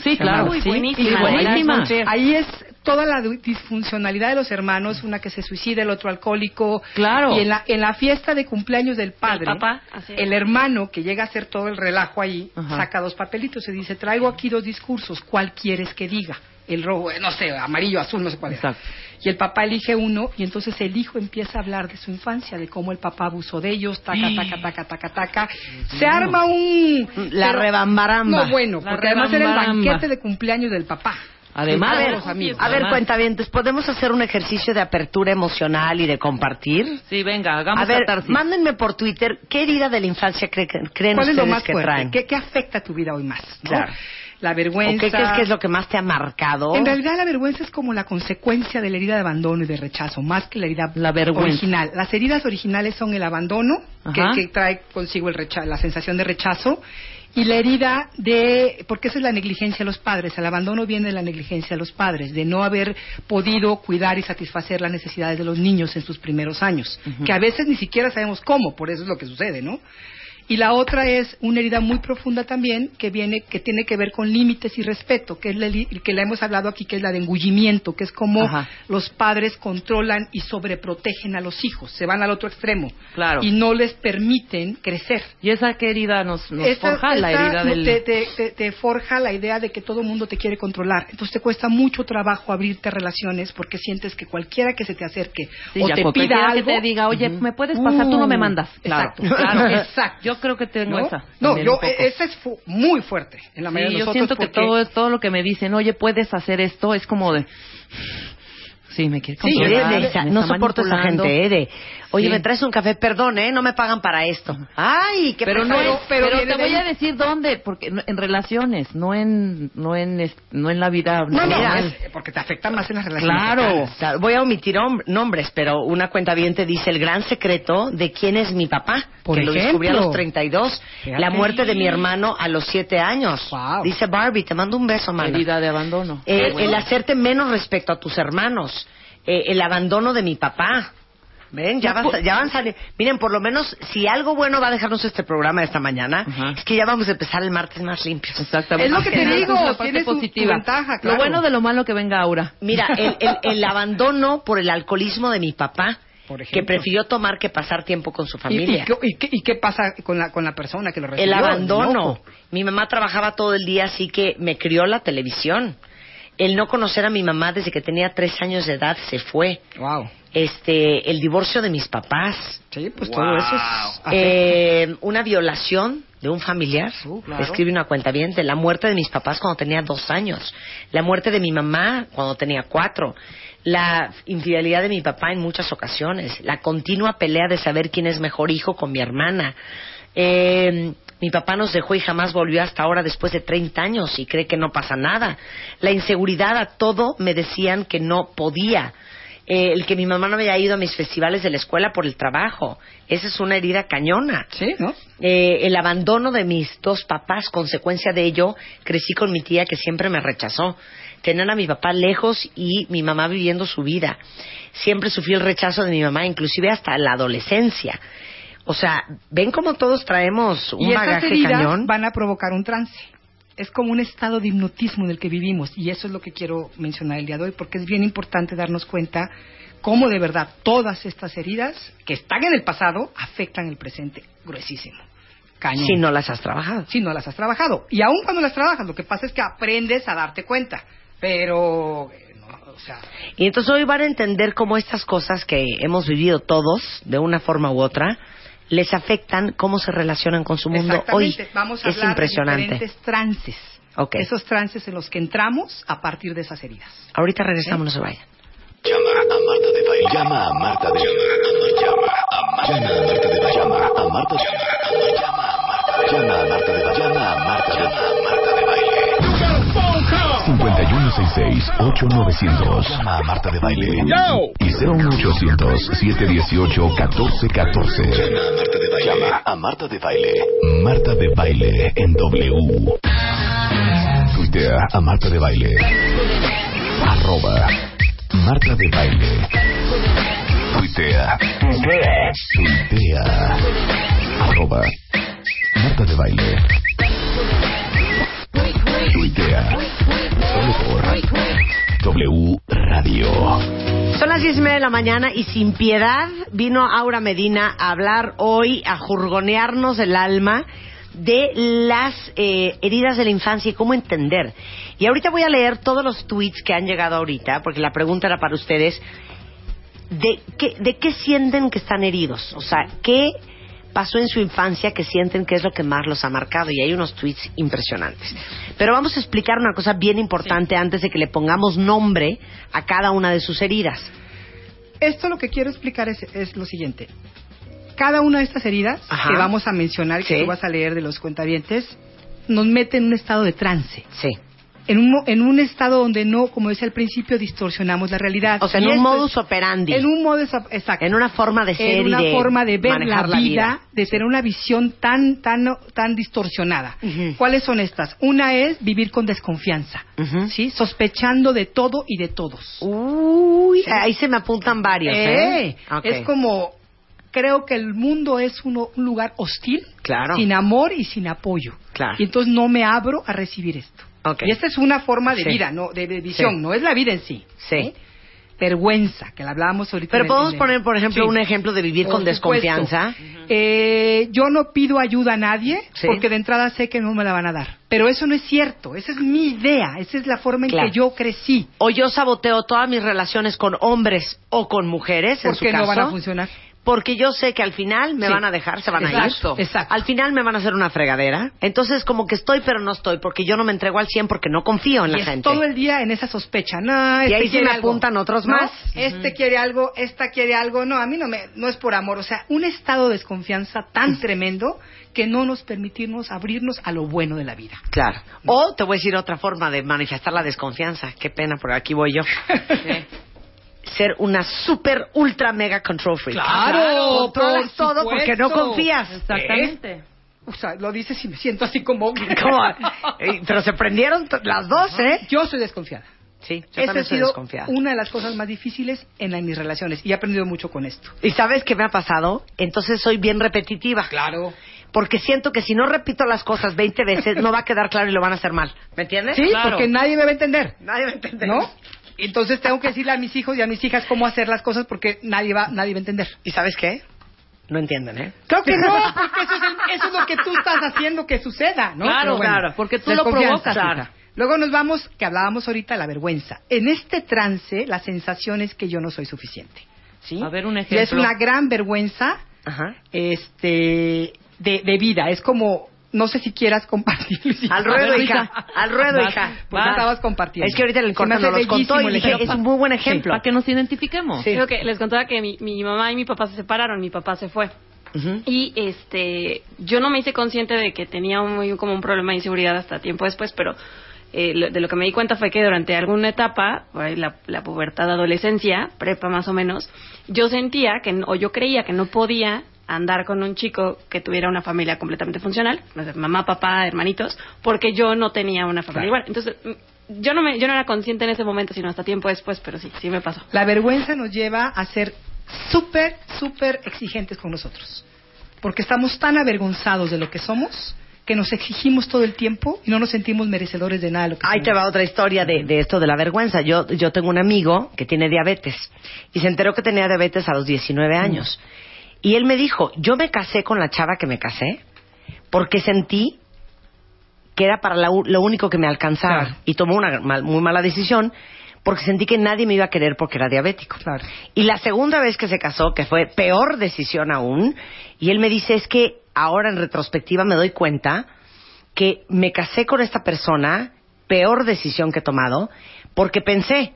Speaker 3: Sí, claro.
Speaker 5: Uy,
Speaker 3: sí.
Speaker 4: buenísima, ¿eh?
Speaker 3: Sí, buenísima.
Speaker 2: Ah,
Speaker 5: Ahí es toda la du- disfuncionalidad de los hermanos, una que se suicida, el otro alcohólico.
Speaker 3: Claro.
Speaker 5: Y en la, en la fiesta de cumpleaños del padre,
Speaker 3: papá,
Speaker 4: así es.
Speaker 5: el hermano que llega a hacer todo el relajo ahí,
Speaker 3: Ajá.
Speaker 5: saca dos papelitos y dice, traigo aquí dos discursos, ¿cuál quieres que diga? El rojo, eh, no sé, amarillo, azul, no sé cuál era.
Speaker 3: Exacto.
Speaker 5: Y el papá elige uno y entonces el hijo empieza a hablar de su infancia, de cómo el papá abusó de ellos, taca, taca, taca, taca, taca. Se arma un...
Speaker 2: La
Speaker 5: pero-
Speaker 2: rebambaramba.
Speaker 5: No, bueno,
Speaker 3: La
Speaker 5: porque además era el
Speaker 3: rebambaramba.
Speaker 5: banquete de cumpleaños del papá.
Speaker 3: Además,
Speaker 5: De todos
Speaker 2: a ver,
Speaker 5: los amigos.
Speaker 2: a ver,
Speaker 3: Además.
Speaker 2: cuentavientes, ¿podemos hacer un ejercicio de apertura emocional y de compartir?
Speaker 3: Sí, venga, hagamos
Speaker 2: a ver,
Speaker 3: catarsis.
Speaker 2: mándenme por Twitter qué herida de la infancia cre- creen ustedes
Speaker 5: ¿Cuál es lo más
Speaker 2: que
Speaker 5: fuerte?
Speaker 2: traen.
Speaker 5: ¿Qué, qué afecta tu vida hoy más? no?
Speaker 2: Claro.
Speaker 5: La
Speaker 2: ¿O
Speaker 5: vergüenza.
Speaker 2: qué crees que es lo que más te ha marcado?
Speaker 5: En realidad la vergüenza es como la consecuencia de la herida de abandono y de rechazo, más que la herida
Speaker 3: La vergüenza.
Speaker 5: original. Las heridas originales son el abandono, que,
Speaker 3: Ajá.
Speaker 5: que trae consigo el recha- la sensación de rechazo, y la herida de, porque esa es la negligencia de los padres, el abandono viene de la negligencia de los padres, de no haber podido cuidar y satisfacer las necesidades de los niños en sus primeros años, que a veces ni siquiera sabemos cómo, por eso es lo que sucede, ¿no? Y la otra es una herida muy profunda también que viene, que tiene que ver con límites y respeto, que es la, li- que la hemos hablado aquí, que es la de engullimiento, que es como
Speaker 3: Ajá.
Speaker 5: los padres controlan y sobreprotegen a los hijos, se van al otro extremo
Speaker 3: Claro.
Speaker 5: y no les permiten crecer.
Speaker 3: Y esa qué herida nos, nos
Speaker 5: Esta-
Speaker 3: forja la
Speaker 5: esta
Speaker 3: herida del...
Speaker 5: te, te- te- te forja la idea de que todo el mundo te quiere controlar. Entonces te cuesta mucho trabajo abrirte a relaciones porque sientes que cualquiera que se te acerque
Speaker 3: Sí,
Speaker 5: o
Speaker 3: ya,
Speaker 5: te
Speaker 3: con
Speaker 5: pida
Speaker 3: cualquiera
Speaker 5: algo
Speaker 3: que te diga, oye, ¿me puedes pasar? Tú no me mandas. Claro,
Speaker 5: Exacto.
Speaker 3: claro,
Speaker 5: Exacto.
Speaker 3: Yo creo que tengo
Speaker 5: ¿no?
Speaker 3: esa.
Speaker 5: No,
Speaker 3: también un
Speaker 5: yo,
Speaker 3: poco.
Speaker 5: e- esa es fu- muy fuerte en la
Speaker 3: Sí,
Speaker 5: mayoría de
Speaker 3: yo
Speaker 5: nosotros.
Speaker 3: siento que
Speaker 5: porque-
Speaker 3: todo, todo lo que me dicen, oye, puedes hacer esto, es como de... Sí, me quiere
Speaker 2: Sí,
Speaker 3: controlar.
Speaker 2: eres de
Speaker 3: me
Speaker 2: esa-
Speaker 3: está
Speaker 2: no soporto esa
Speaker 3: manipulando.
Speaker 2: gente, ¿eh? De, oye,
Speaker 3: Sí.
Speaker 2: me traes un café, perdón, ¿eh? No me pagan para esto. Ay, qué
Speaker 3: pero no
Speaker 2: pesado.
Speaker 3: es, pero,
Speaker 5: viene
Speaker 3: te
Speaker 5: de
Speaker 3: voy a
Speaker 5: ahí.
Speaker 3: decir dónde, porque no- en relaciones, no en no en es- no en la vida
Speaker 5: No, no,
Speaker 3: normal.
Speaker 5: es- eh, porque te afecta más en las relaciones.
Speaker 3: Claro.
Speaker 2: Claro, Voy a omitir hom- nombres, pero una cuenta te dice el gran secreto de quién es mi papá,
Speaker 5: Por
Speaker 2: que lo descubrí a los
Speaker 5: ejemplo.
Speaker 2: 32,
Speaker 5: Fíjate.
Speaker 2: la muerte de mi hermano a los 7 años.
Speaker 5: Wow.
Speaker 2: Dice Barbie, te mando un beso, mana.
Speaker 3: Herida de abandono.
Speaker 2: Eh, el hacerte menos respecto a tus hermanos, eh, el abandono de mi papá. Ven, ya,
Speaker 3: No,
Speaker 2: van,
Speaker 3: po-
Speaker 2: ya van sali- Miren, por lo menos, si algo bueno va a dejarnos este programa de esta mañana,
Speaker 3: Ajá.
Speaker 2: es que ya vamos a empezar el martes más limpios.
Speaker 3: Exactamente.
Speaker 5: Es lo que te
Speaker 3: Esa
Speaker 5: digo,
Speaker 3: es la parte
Speaker 5: tiene su- su ventaja,
Speaker 3: Lo
Speaker 5: claro.
Speaker 3: bueno de lo malo que venga ahora.
Speaker 2: Mira, el, el- el abandono por el alcoholismo de mi papá,
Speaker 5: Por
Speaker 2: que
Speaker 5: ejemplo.
Speaker 2: prefirió tomar que pasar tiempo con su
Speaker 5: ¿Y,
Speaker 2: familia.
Speaker 5: y qué- y qué, y qué pasa con la, con la persona que lo recibió?
Speaker 2: el abandono.
Speaker 5: enojo.
Speaker 2: Mi mamá trabajaba todo el día, así que me crió la televisión. El no conocer a mi mamá desde que tenía tres años de edad se fue.
Speaker 5: Wow.
Speaker 2: Este, el divorcio de mis papás.
Speaker 5: Sí, pues todo eso es...
Speaker 2: Eh, una violación de un familiar,
Speaker 5: Uh, claro.
Speaker 2: escribe una cuenta bien, la muerte de mis papás cuando tenía dos años, la muerte de mi mamá cuando tenía cuatro, la infidelidad de mi papá en muchas ocasiones, la continua pelea de saber quién es mejor hijo con mi hermana. Eh, mi papá nos dejó y jamás volvió hasta ahora después de 30 años y cree que no pasa nada. La inseguridad a todo me decían que no podía. eh, el que mi mamá no me haya ido a mis festivales de la escuela por el trabajo. Esa es una herida cañona.
Speaker 5: Sí, ¿no?
Speaker 2: Eh, el abandono de mis dos papás, consecuencia de ello, crecí con mi tía que siempre me rechazó. Tener a mi papá lejos y mi mamá viviendo su vida. Siempre sufrí el rechazo de mi mamá, inclusive hasta la adolescencia. O sea, ven cómo todos traemos un
Speaker 5: y esas
Speaker 2: bagaje
Speaker 5: heridas
Speaker 2: cañón.
Speaker 5: van a provocar un trance. Es como un estado de hipnotismo en el que vivimos y eso es lo que quiero mencionar el día de hoy porque es bien importante darnos cuenta cómo de verdad todas estas heridas que están en el pasado afectan el presente gruesísimo. Cañón.
Speaker 2: Si no las has trabajado.
Speaker 5: si no las has trabajado. Y aún cuando las trabajas, lo que pasa es que aprendes a darte cuenta. Pero, eh, no, o sea,
Speaker 2: Y entonces hoy van a entender cómo estas cosas que hemos vivido todos, de una forma u otra, les afectan cómo se relacionan con su mundo hoy.
Speaker 5: exactamente. Vamos a
Speaker 2: es
Speaker 5: hablar de
Speaker 2: impresionante.
Speaker 5: diferentes trances.
Speaker 2: Ok.
Speaker 5: Esos trances en los que entramos a partir de esas heridas.
Speaker 2: Ahorita regresamos, no se vayan.
Speaker 1: Llama a Marta de Baile. Llama a Marta de Llama a Marta. Llama a Marta de Baile. Llama a Marta. Llama a Marta. Llama a Marta de Baile. Llama a Marta. Llama a Marta de Baile. 5166-8900 Llama a Marta de Baile y 01800-718-1414 Llama a Marta de Baile Llama a Marta de Baile Marta de Baile en W Tuitea a Marta de Baile Arroba Marta de Baile Tuitea Tuitea Arroba Marta de Baile Tuitea Solo por W Radio
Speaker 2: Son las diez y media de la mañana y sin piedad vino Aura Medina a hablar hoy, a jurgonearnos el alma de las eh, heridas de la infancia y cómo entender. Y ahorita voy a leer todos los tweets que han llegado ahorita, porque la pregunta era para ustedes, ¿de qué, de qué sienten que están heridos? O sea, ¿qué pasó en su infancia que sienten que es lo que más los ha marcado? Y hay unos tweets impresionantes. Pero vamos a explicar una cosa bien importante antes de que le pongamos nombre a cada una de sus heridas.
Speaker 5: Esto lo que quiero explicar es, es lo siguiente. Cada una de estas heridas
Speaker 2: Ajá.
Speaker 5: que vamos a mencionar, que
Speaker 2: Sí.
Speaker 5: tú vas a leer de los cuentavientes, nos mete en un estado de trance.
Speaker 2: Sí.
Speaker 5: En un, mo- en un estado donde no, como decía al principio, distorsionamos la realidad.
Speaker 2: O sea,
Speaker 5: Y
Speaker 2: en un
Speaker 5: esto es-
Speaker 2: modus operandi.
Speaker 5: En un modus, op- exacto.
Speaker 2: En una forma de ser
Speaker 5: en una
Speaker 2: y de
Speaker 5: forma de ver la
Speaker 2: manejar
Speaker 5: vida, de tener una visión tan tan tan distorsionada.
Speaker 2: Ujú.
Speaker 5: ¿Cuáles son estas? Una es vivir con desconfianza,
Speaker 2: Ujú.
Speaker 5: ¿sí? Sospechando de todo y de todos.
Speaker 2: Uy, ahí se me apuntan varios, ¿eh?
Speaker 5: Eh,
Speaker 2: Ok.
Speaker 5: Es como creo que el mundo es uno- un lugar hostil,
Speaker 2: Claro.
Speaker 5: sin amor y sin apoyo.
Speaker 2: Claro.
Speaker 5: Y entonces no me abro a recibir esto.
Speaker 2: Ok.
Speaker 5: Y esta es una forma de
Speaker 2: Sí.
Speaker 5: vida, no de, de visión,
Speaker 2: Sí.
Speaker 5: no es la vida en sí.
Speaker 2: Sí.
Speaker 5: Vergüenza, que la hablábamos ahorita. en
Speaker 2: Pero
Speaker 5: el-
Speaker 2: podemos
Speaker 5: en el-
Speaker 2: poner, por ejemplo,
Speaker 5: ¿eh? Sí.
Speaker 2: un ejemplo de vivir
Speaker 5: Por
Speaker 2: con
Speaker 5: supuesto.
Speaker 2: desconfianza.
Speaker 5: Eh, yo no pido ayuda a nadie
Speaker 2: Sí.
Speaker 5: porque de entrada sé que no me la van a dar. Pero eso no es cierto. Esa es mi idea. Esa es la forma en
Speaker 2: Claro.
Speaker 5: que yo crecí.
Speaker 2: O yo saboteo todas mis relaciones con hombres o con mujeres, en su
Speaker 5: Porque
Speaker 2: caso.
Speaker 5: no van a funcionar.
Speaker 2: Porque yo sé que al final me
Speaker 5: Sí.
Speaker 2: van a dejar, se van
Speaker 5: Exacto,
Speaker 2: a ir.
Speaker 5: exacto.
Speaker 2: Al final me van a hacer una fregadera. Entonces, como que estoy, pero no estoy, porque yo no me entrego al 100 porque no confío en la
Speaker 5: y es
Speaker 2: gente.
Speaker 5: todo el día en esa sospecha. No,
Speaker 2: Y
Speaker 5: este
Speaker 2: ahí se
Speaker 5: quiere
Speaker 2: me
Speaker 5: algo.
Speaker 2: apuntan otros
Speaker 5: No,
Speaker 2: más.
Speaker 5: Este quiere algo, esta quiere algo. No, a mí no, me, no es por amor. O sea, un estado de desconfianza tan tremendo que no nos permitirnos abrirnos a lo bueno de la vida.
Speaker 2: Claro. O te voy a decir otra forma de manifestar la desconfianza. Qué pena, porque aquí voy yo. Ser una super, ultra, mega control freak.
Speaker 5: Claro,
Speaker 2: Controlas
Speaker 5: por
Speaker 2: todo
Speaker 5: supuesto.
Speaker 2: porque no confías.
Speaker 3: Exactamente.
Speaker 5: ¿Eh? O sea, lo dices y me siento así como...
Speaker 2: Como, eh, pero se prendieron t- las dos, ¿eh?
Speaker 5: Yo soy desconfiada.
Speaker 2: Sí, yo
Speaker 5: Esa ha
Speaker 2: también soy
Speaker 5: sido
Speaker 2: desconfiada.
Speaker 5: una de las cosas más difíciles en, la- en mis relaciones y he aprendido mucho con esto.
Speaker 2: ¿Y sabes qué me ha pasado? Entonces soy bien repetitiva.
Speaker 5: Claro.
Speaker 2: Porque siento que si no repito las cosas 20 veces, no va a quedar claro y lo van a hacer mal. ¿Me entiendes?
Speaker 5: Sí,
Speaker 3: Claro.
Speaker 5: porque nadie me va a entender,
Speaker 2: ¿Eh? Nadie me entiende.
Speaker 5: ¿no? Entonces tengo que decirle a mis hijos y a mis hijas cómo hacer las cosas porque nadie va, nadie va a entender.
Speaker 2: ¿Y sabes qué? No entienden, ¿eh?
Speaker 3: <laughs>
Speaker 5: Creo que no, porque eso es, el- eso es lo que tú estás haciendo que suceda, ¿no?
Speaker 3: Claro,
Speaker 5: Pero
Speaker 3: claro, porque tú lo
Speaker 5: desconfianza,
Speaker 3: provocas,
Speaker 5: hija.
Speaker 3: claro.
Speaker 5: Luego nos vamos, que hablábamos ahorita, la vergüenza. En este trance, la sensación es que yo no soy suficiente. ¿sí?
Speaker 3: A ver, un
Speaker 5: Y es
Speaker 3: ejemplo.
Speaker 5: una gran vergüenza
Speaker 2: Ajá.
Speaker 5: este de, de vida. Es como, no sé si quieras compartirlo.
Speaker 2: Al ruedo,
Speaker 3: ver,
Speaker 2: hija.
Speaker 3: Luisa.
Speaker 2: Al ruedo,
Speaker 3: Vas,
Speaker 2: hija.
Speaker 5: Pues
Speaker 3: vas.
Speaker 5: estabas compartiendo.
Speaker 2: Es que ahorita en el
Speaker 5: Se me
Speaker 2: corte
Speaker 5: hace
Speaker 2: no los
Speaker 5: bellísimo
Speaker 2: contó y
Speaker 5: el
Speaker 2: dije,
Speaker 5: ejemplo.
Speaker 2: es un muy buen ejemplo.
Speaker 3: Para que nos identifiquemos.
Speaker 5: Sí.
Speaker 4: Creo que les contaba que mi, mi mamá y mi papá se separaron, mi papá se fue.
Speaker 2: Ujú.
Speaker 4: Y este, yo no me hice consciente de que tenía un, muy- como un problema de inseguridad hasta tiempo después, pero eh, lo- de lo que me di cuenta fue que durante alguna etapa, por ahí la, la pubertad, adolescencia, prepa más o menos, yo sentía que, no- o yo creía que no podía andar con un chico que tuviera una familia completamente funcional, no sé, mamá, papá, hermanitos, porque yo no tenía una familia igual. Entonces, mm, yo no, me, yo no era consciente en ese momento, sino hasta tiempo después, pero sí, sí me pasó.
Speaker 5: La vergüenza nos lleva a ser súper, súper exigentes con nosotros. Porque estamos tan avergonzados de lo que somos que nos exigimos todo el tiempo y no nos sentimos merecedores de nada de lo que
Speaker 2: Ahí te
Speaker 5: somos.
Speaker 2: va otra historia de, de esto de la vergüenza. Yo, yo tengo un amigo que tiene diabetes y se enteró que tenía diabetes a los 19 años.
Speaker 5: Mm.
Speaker 2: Y él me dijo, yo me casé con la chava que me casé porque sentí que era para la u- lo único que me alcanzaba.
Speaker 5: Claro.
Speaker 2: Y tomó una mal- muy mala decisión porque sentí que nadie me iba a querer porque era diabético.
Speaker 5: Claro.
Speaker 2: Y la segunda vez que se casó, que fue peor decisión aún, y él me dice, es que ahora en retrospectiva me doy cuenta que me casé con esta persona, peor decisión que he tomado, porque pensé,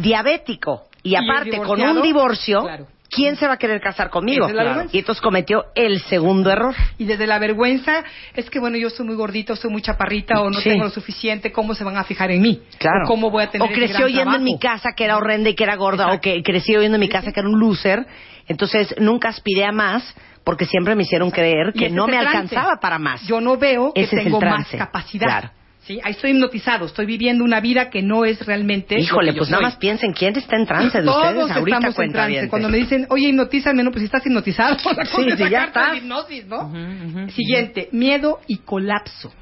Speaker 2: diabético, y
Speaker 5: ¿Y el
Speaker 2: aparte con
Speaker 5: divorciado?
Speaker 2: un divorcio,
Speaker 5: Claro.
Speaker 2: ¿quién se va a querer casar conmigo?
Speaker 5: Esa es la vergüenza.
Speaker 2: Y entonces cometió el segundo error.
Speaker 5: Y desde la vergüenza es que, bueno, yo soy muy gordita, o soy muy chaparrita, o no
Speaker 2: Sí.
Speaker 5: tengo lo suficiente, ¿cómo se van a fijar en mí?
Speaker 2: Claro.
Speaker 5: ¿O cómo voy a tener
Speaker 2: O
Speaker 5: ese
Speaker 2: crecí
Speaker 5: gran
Speaker 2: oyendo en
Speaker 5: trabajo?
Speaker 2: mi casa que era horrenda y que era gorda,
Speaker 5: Exacto.
Speaker 2: o que crecí oyendo en mi casa que era un loser. Entonces nunca aspiré a más porque siempre me hicieron creer
Speaker 5: Y
Speaker 2: que
Speaker 5: ese
Speaker 2: no
Speaker 5: es
Speaker 2: me
Speaker 5: el trance.
Speaker 2: alcanzaba para más.
Speaker 5: Yo no veo que
Speaker 2: Ese es el
Speaker 5: tengo más
Speaker 2: trance,
Speaker 5: capacidad.
Speaker 2: claro.
Speaker 5: ¿sí? Ahí estoy hipnotizado, estoy viviendo una vida que no es realmente. lo
Speaker 2: Híjole,
Speaker 5: que yo
Speaker 2: pues nada
Speaker 5: soy.
Speaker 2: más piensen quién está en trance de
Speaker 5: Todos
Speaker 2: ustedes ahorita
Speaker 5: estamos en
Speaker 2: cuenta
Speaker 5: trance. Cuando me dicen, oye, hipnotízame, no, pues estás hipnotizado. <laughs> La
Speaker 2: Sí,
Speaker 5: cosa es
Speaker 2: sí, ya
Speaker 5: sacarte
Speaker 2: estás.
Speaker 5: de hipnosis, ¿no?
Speaker 3: Ujú, ujú.
Speaker 5: Siguiente, miedo y colapso.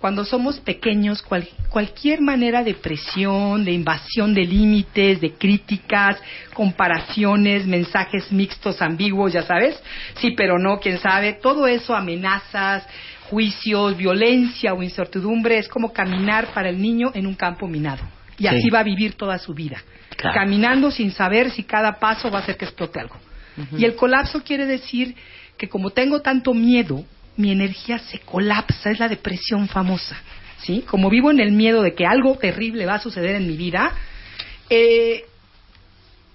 Speaker 5: Cuando somos pequeños, cual- cualquier manera de presión, de invasión de límites, de críticas, comparaciones, mensajes mixtos, ambiguos, ya sabes, sí, pero no, quién sabe, todo eso, amenazas, juicios, violencia o incertidumbre, es como caminar para el niño en un campo minado. Y
Speaker 2: Sí.
Speaker 5: así va a vivir toda su vida,
Speaker 2: Claro.
Speaker 5: caminando sin saber si cada paso va a hacer que explote algo. Y el colapso quiere decir que como tengo tanto miedo, mi energía se colapsa, es la depresión famosa. ¿sí? Como vivo en el miedo de que algo terrible va a suceder en mi vida, eh,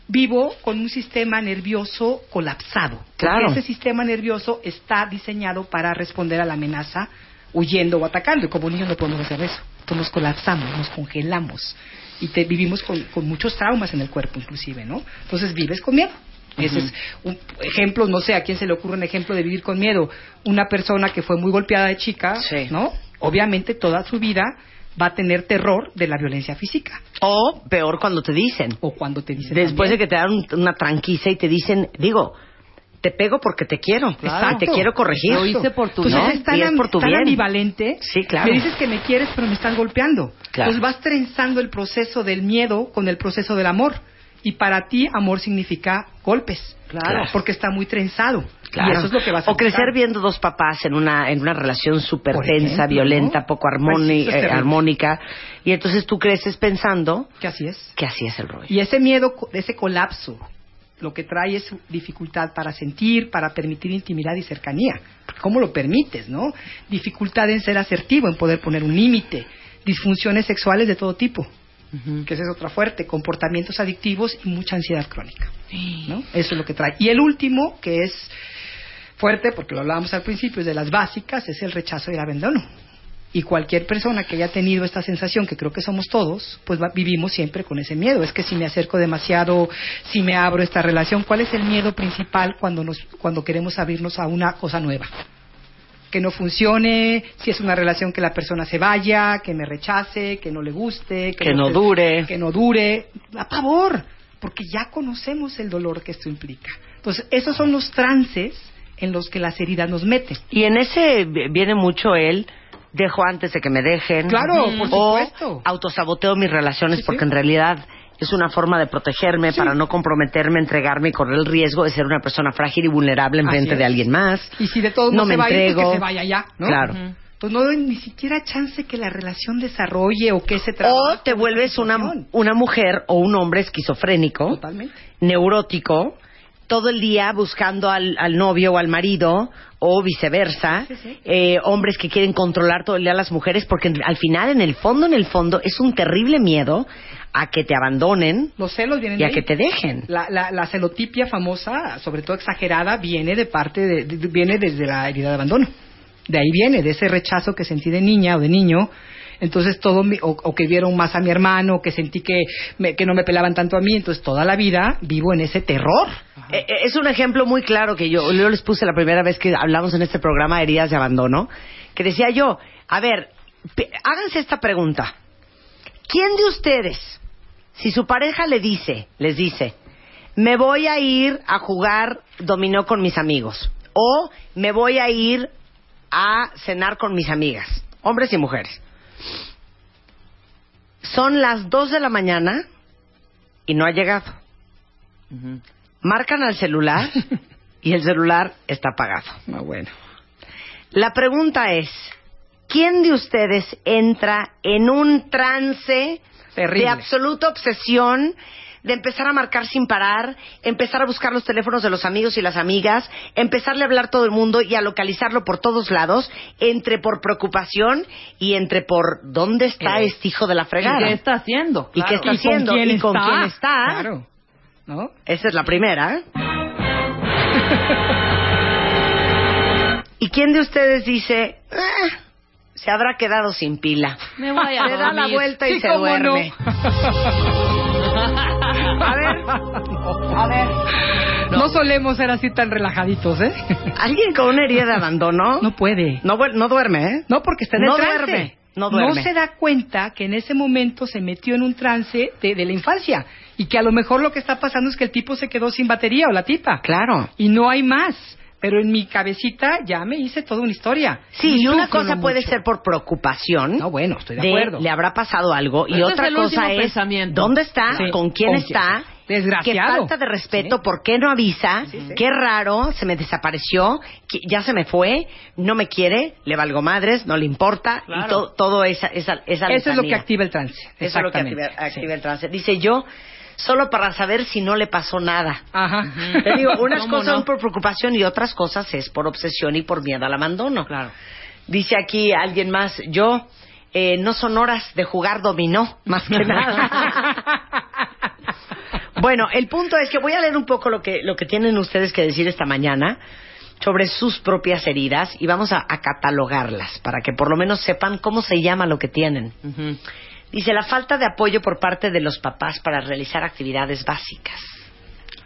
Speaker 5: vivo con un sistema nervioso colapsado.
Speaker 2: Claro.
Speaker 5: Porque Ese sistema nervioso está diseñado para responder a la amenaza huyendo o atacando. Y como niños no podemos hacer eso. Entonces nos colapsamos, nos congelamos. Y te, vivimos con, con muchos traumas en el cuerpo, inclusive, ¿no? Entonces vives con miedo. Ese es un ejemplo, no sé, a quién se le ocurre un ejemplo de vivir con miedo. Una persona que fue muy golpeada de chica,
Speaker 2: Sí.
Speaker 5: ¿no? Obviamente toda su vida va a tener terror de la violencia física.
Speaker 2: O peor cuando te dicen.
Speaker 5: O cuando te dicen
Speaker 2: Después de
Speaker 5: también,
Speaker 2: que te dan un- una tranquiza y te dicen, digo, te pego porque te quiero.
Speaker 5: Claro.
Speaker 2: Y te quiero corregir.
Speaker 3: Lo hice por tu
Speaker 5: Entonces
Speaker 2: ¿no?
Speaker 3: bien.
Speaker 5: es tan,
Speaker 2: Y es
Speaker 5: am-
Speaker 2: por tu
Speaker 5: tan
Speaker 2: bien.
Speaker 5: ambivalente.
Speaker 2: Sí, claro.
Speaker 5: Me dices que me quieres, pero me estás golpeando.
Speaker 2: Claro.
Speaker 5: Entonces vas trenzando el proceso del miedo con el proceso del amor. Y para ti, amor significa golpes.
Speaker 2: Claro.
Speaker 5: Porque está muy trenzado.
Speaker 2: Claro.
Speaker 5: Y eso es lo que vas a
Speaker 2: O crecer
Speaker 5: buscar.
Speaker 2: viendo dos papás en una en una relación súper
Speaker 5: Por
Speaker 2: tensa,
Speaker 5: ejemplo,
Speaker 2: violenta,
Speaker 5: ¿no?
Speaker 2: poco
Speaker 5: Ay, sí,
Speaker 2: armoni-
Speaker 5: eso es
Speaker 2: eh,
Speaker 5: terrible.
Speaker 2: armónica. Y entonces tú creces pensando
Speaker 5: Que así es.
Speaker 2: que así es el rollo.
Speaker 5: Y ese miedo, co- ese colapso, lo que trae es dificultad para sentir, para permitir intimidad y cercanía. Porque ¿Cómo lo permites, no? Dificultad en ser asertivo, en poder poner un límite. Disfunciones sexuales de todo tipo. que esa es otra fuerte, comportamientos adictivos y mucha ansiedad crónica. ¿no? Eso es lo que trae. Y el último, que es fuerte, porque lo hablábamos al principio, es de las básicas, es el rechazo y el abandono. Y cualquier persona que haya tenido esta sensación, que creo que somos todos, pues va- vivimos siempre con ese miedo. Es que si me acerco demasiado, si me abro esta relación, ¿cuál es el miedo principal cuando, nos, cuando queremos abrirnos a una cosa nueva? que no funcione, si es una relación que la persona se vaya, que me rechace, que no le guste,
Speaker 2: Que no dure.
Speaker 5: que no dure, a favor, porque ya conocemos el dolor que esto implica. Entonces, esos son los trances en los que las heridas nos meten.
Speaker 2: Y en ese vi- viene mucho el dejo antes de que me dejen.
Speaker 5: Claro, por
Speaker 2: o
Speaker 5: supuesto.
Speaker 2: autosaboteo mis relaciones
Speaker 5: Sí, sí.
Speaker 2: porque en realidad es una forma de protegerme
Speaker 5: Sí.
Speaker 2: para no comprometerme, entregarme y correr el riesgo de ser una persona frágil y vulnerable en
Speaker 5: Así
Speaker 2: frente
Speaker 5: es.
Speaker 2: de alguien más.
Speaker 5: Y si de todos
Speaker 2: no
Speaker 5: modos
Speaker 2: me
Speaker 5: se va a ir, pues
Speaker 2: entrego.
Speaker 5: que se vaya ya, ¿no?
Speaker 2: Claro.
Speaker 3: Ujú.
Speaker 5: Pues no doy ni siquiera chance que la relación desarrolle o que se trabaje.
Speaker 2: O te vuelves una, una mujer o un hombre esquizofrénico,
Speaker 5: Totalmente.
Speaker 2: neurótico, todo el día buscando al, al novio o al marido, o viceversa,
Speaker 5: Sí, sí.
Speaker 2: eh, hombres que quieren controlar todo el día a las mujeres, porque en- al final, en el fondo, en el fondo, es un terrible miedo a que te abandonen
Speaker 5: Los celos vienen
Speaker 2: y a
Speaker 5: de
Speaker 2: que
Speaker 5: ahí.
Speaker 2: te dejen.
Speaker 5: La, la, la celotipia famosa, sobre todo exagerada, viene de parte de- de- viene desde la herida de abandono. de ahí viene, de ese rechazo que sentí de niña o de niño. Entonces todo, mi- o, o que vieron más a mi hermano, que sentí que, me- que no me pelaban tanto a mí. Entonces toda la vida vivo en ese terror.
Speaker 2: Eh, eh, Es un ejemplo muy claro que yo, yo les puse la primera vez que hablamos en este programa de heridas de abandono, que decía yo, a ver, pe- háganse esta pregunta. ¿Quién de ustedes, si su pareja le dice, les dice, me voy a ir a jugar dominó con mis amigos o me voy a ir a cenar con mis amigas, hombres y mujeres? Son las 2 de la mañana y no ha llegado marcan al
Speaker 5: <laughs>
Speaker 2: celular y el celular está apagado.
Speaker 5: Ah, bueno.
Speaker 2: La pregunta es, ¿quién de ustedes entra en un trance
Speaker 5: Terrible.
Speaker 2: de absoluta obsesión? De empezar a marcar sin parar, empezar a buscar los teléfonos de los amigos y las amigas, empezarle a hablar todo el mundo y a localizarlo por todos lados, entre por preocupación y entre por dónde está
Speaker 3: Eh,
Speaker 2: este hijo de la fregada.
Speaker 3: ¿Y qué está haciendo?
Speaker 2: ¿Y qué está haciendo?
Speaker 5: con quién
Speaker 2: ¿Y
Speaker 5: está?
Speaker 2: con quién está?
Speaker 5: Claro. ¿No?
Speaker 2: Esa es la primera. ¿eh? ¿Y quién de ustedes dice, "Ah, se habrá quedado sin pila?
Speaker 3: Me voy a
Speaker 2: Se da la
Speaker 3: dormir.
Speaker 2: vuelta y
Speaker 5: Sí,
Speaker 2: se
Speaker 5: cómo no.
Speaker 2: duerme. A
Speaker 5: <laughs>
Speaker 2: ver, a ver.
Speaker 5: No. solemos ser así tan relajaditos, ¿eh?
Speaker 2: ¿Alguien con una herida de abandono?
Speaker 5: No puede.
Speaker 2: No, vuel- no duerme, ¿eh?
Speaker 5: No, porque está en
Speaker 2: No
Speaker 5: el trance.
Speaker 2: duerme, no duerme.
Speaker 5: se da cuenta que en ese momento se metió en un trance de, de la infancia y que a lo mejor lo que está pasando es que el tipo se quedó sin batería o la tipa.
Speaker 2: Claro.
Speaker 5: Y no hay más. Pero en mi cabecita ya me hice toda una historia.
Speaker 2: Sí, y una
Speaker 5: Sufro
Speaker 2: cosa puede
Speaker 5: mucho.
Speaker 2: ser por preocupación.
Speaker 5: No, bueno, estoy de,
Speaker 2: de
Speaker 5: acuerdo.
Speaker 2: le habrá pasado algo y
Speaker 3: Ese
Speaker 2: otra
Speaker 3: Este es el último
Speaker 2: cosa es
Speaker 3: pensamiento.
Speaker 2: dónde está,
Speaker 5: Sí.
Speaker 2: con quién
Speaker 5: Con
Speaker 2: está,
Speaker 5: quién. Desgraciado.
Speaker 2: qué falta de respeto, por qué no avisa, qué raro, se me desapareció, que- ya se me fue, no me quiere, le valgo madres, no le importa y
Speaker 3: Claro.
Speaker 2: to- todo esa esa esa
Speaker 5: Eso es lo que
Speaker 2: letanía.
Speaker 5: activa el trance.
Speaker 2: Eso es lo que activa,
Speaker 5: Exactamente.
Speaker 2: activa el trance. Dice yo solo para saber si no le pasó nada.
Speaker 5: Ajá.
Speaker 2: Te digo, unas
Speaker 3: ¿Cómo
Speaker 2: cosas
Speaker 3: no?
Speaker 2: son por preocupación y otras cosas es por obsesión y por miedo al abandono.
Speaker 3: Claro.
Speaker 2: Dice aquí alguien más, yo eh, no son horas de jugar dominó, más que nada. bueno, el punto es que voy a leer un poco lo que, lo que tienen ustedes que decir esta mañana sobre sus propias heridas y vamos a, a catalogarlas para que por lo menos sepan cómo se llama lo que tienen.
Speaker 3: Ujú.
Speaker 2: Dice la falta de apoyo por parte de los papás para realizar actividades básicas.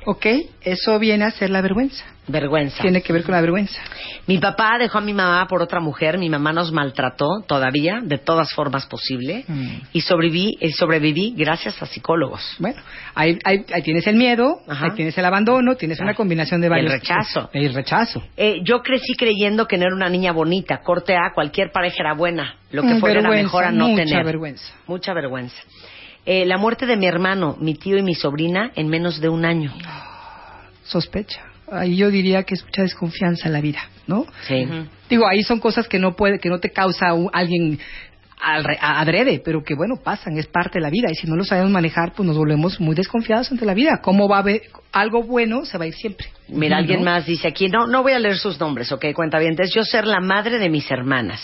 Speaker 5: Ok, eso viene a ser la vergüenza.
Speaker 2: Vergüenza.
Speaker 5: Tiene que ver con la vergüenza.
Speaker 2: Mi papá dejó a mi mamá por otra mujer, mi mamá nos maltrató todavía, de todas formas posible,
Speaker 5: Mm.
Speaker 2: y sobreviví, eh, sobreviví gracias a psicólogos.
Speaker 5: Bueno, ahí, ahí- ahí tienes el miedo,
Speaker 2: Ajá.
Speaker 5: ahí tienes el abandono, tienes
Speaker 2: Claro.
Speaker 5: una combinación de
Speaker 2: El
Speaker 5: varios.
Speaker 2: rechazo.
Speaker 5: El rechazo.
Speaker 2: Eh, yo crecí creyendo que no era una niña bonita, corte A, cualquier pareja era buena, lo que
Speaker 5: Mm,
Speaker 2: fuera era
Speaker 5: vergüenza,
Speaker 2: mejor a no
Speaker 5: mucha
Speaker 2: tener.
Speaker 5: vergüenza.
Speaker 2: Mucha vergüenza. Eh, la muerte de mi hermano, mi tío y mi sobrina en menos de un año.
Speaker 5: Sospecha. Ahí yo diría que es mucha desconfianza en la vida, ¿no?
Speaker 2: Sí.
Speaker 5: Digo, ahí son cosas que no puede, que no te causa un- alguien al re- a- adrede, pero que bueno, pasan, es parte de la vida. Y si no lo sabemos manejar, pues nos volvemos muy desconfiados ante la vida. ¿Cómo va a haber algo bueno? Se va a ir siempre.
Speaker 2: Mira,
Speaker 5: ¿No?
Speaker 2: alguien más dice aquí, no, no voy a leer sus nombres, ok, cuenta bien. Es yo ser la madre de mis hermanas,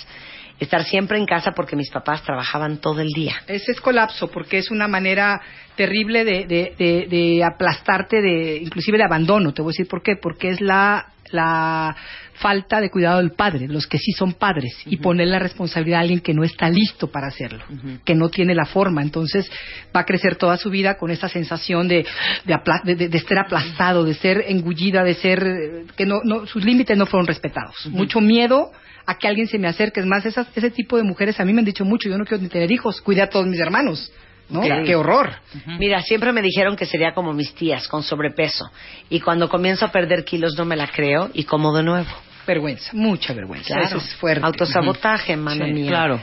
Speaker 2: estar siempre en casa porque mis papás trabajaban todo el día.
Speaker 5: Ese es colapso, porque es una manera terrible de, de- de- de aplastarte, de inclusive de abandono. Te voy a decir por qué. Porque es la, la falta de cuidado del padre, los que sí son padres, y poner la responsabilidad a alguien que no está listo para hacerlo, que no tiene la forma. Entonces va a crecer toda su vida con esa sensación de, de, apla- de- de- de ser aplastado, de ser engullida, de ser eh, que no, no- sus límites no fueron respetados. Mucho miedo a que alguien se me acerque. Es más, esas- ese tipo de mujeres a mí me han dicho mucho, yo no quiero ni tener hijos, cuide a todos mis hermanos. ¿no?
Speaker 2: Claro.
Speaker 5: ¡Qué horror!
Speaker 2: Mira, siempre me dijeron que sería como mis tías, con sobrepeso. Y cuando comienzo a perder kilos no me la creo y como de nuevo.
Speaker 5: Vergüenza, mucha vergüenza. Eso es fuerte.
Speaker 2: Autosabotaje, mano
Speaker 5: Sí,
Speaker 2: mía.
Speaker 3: claro.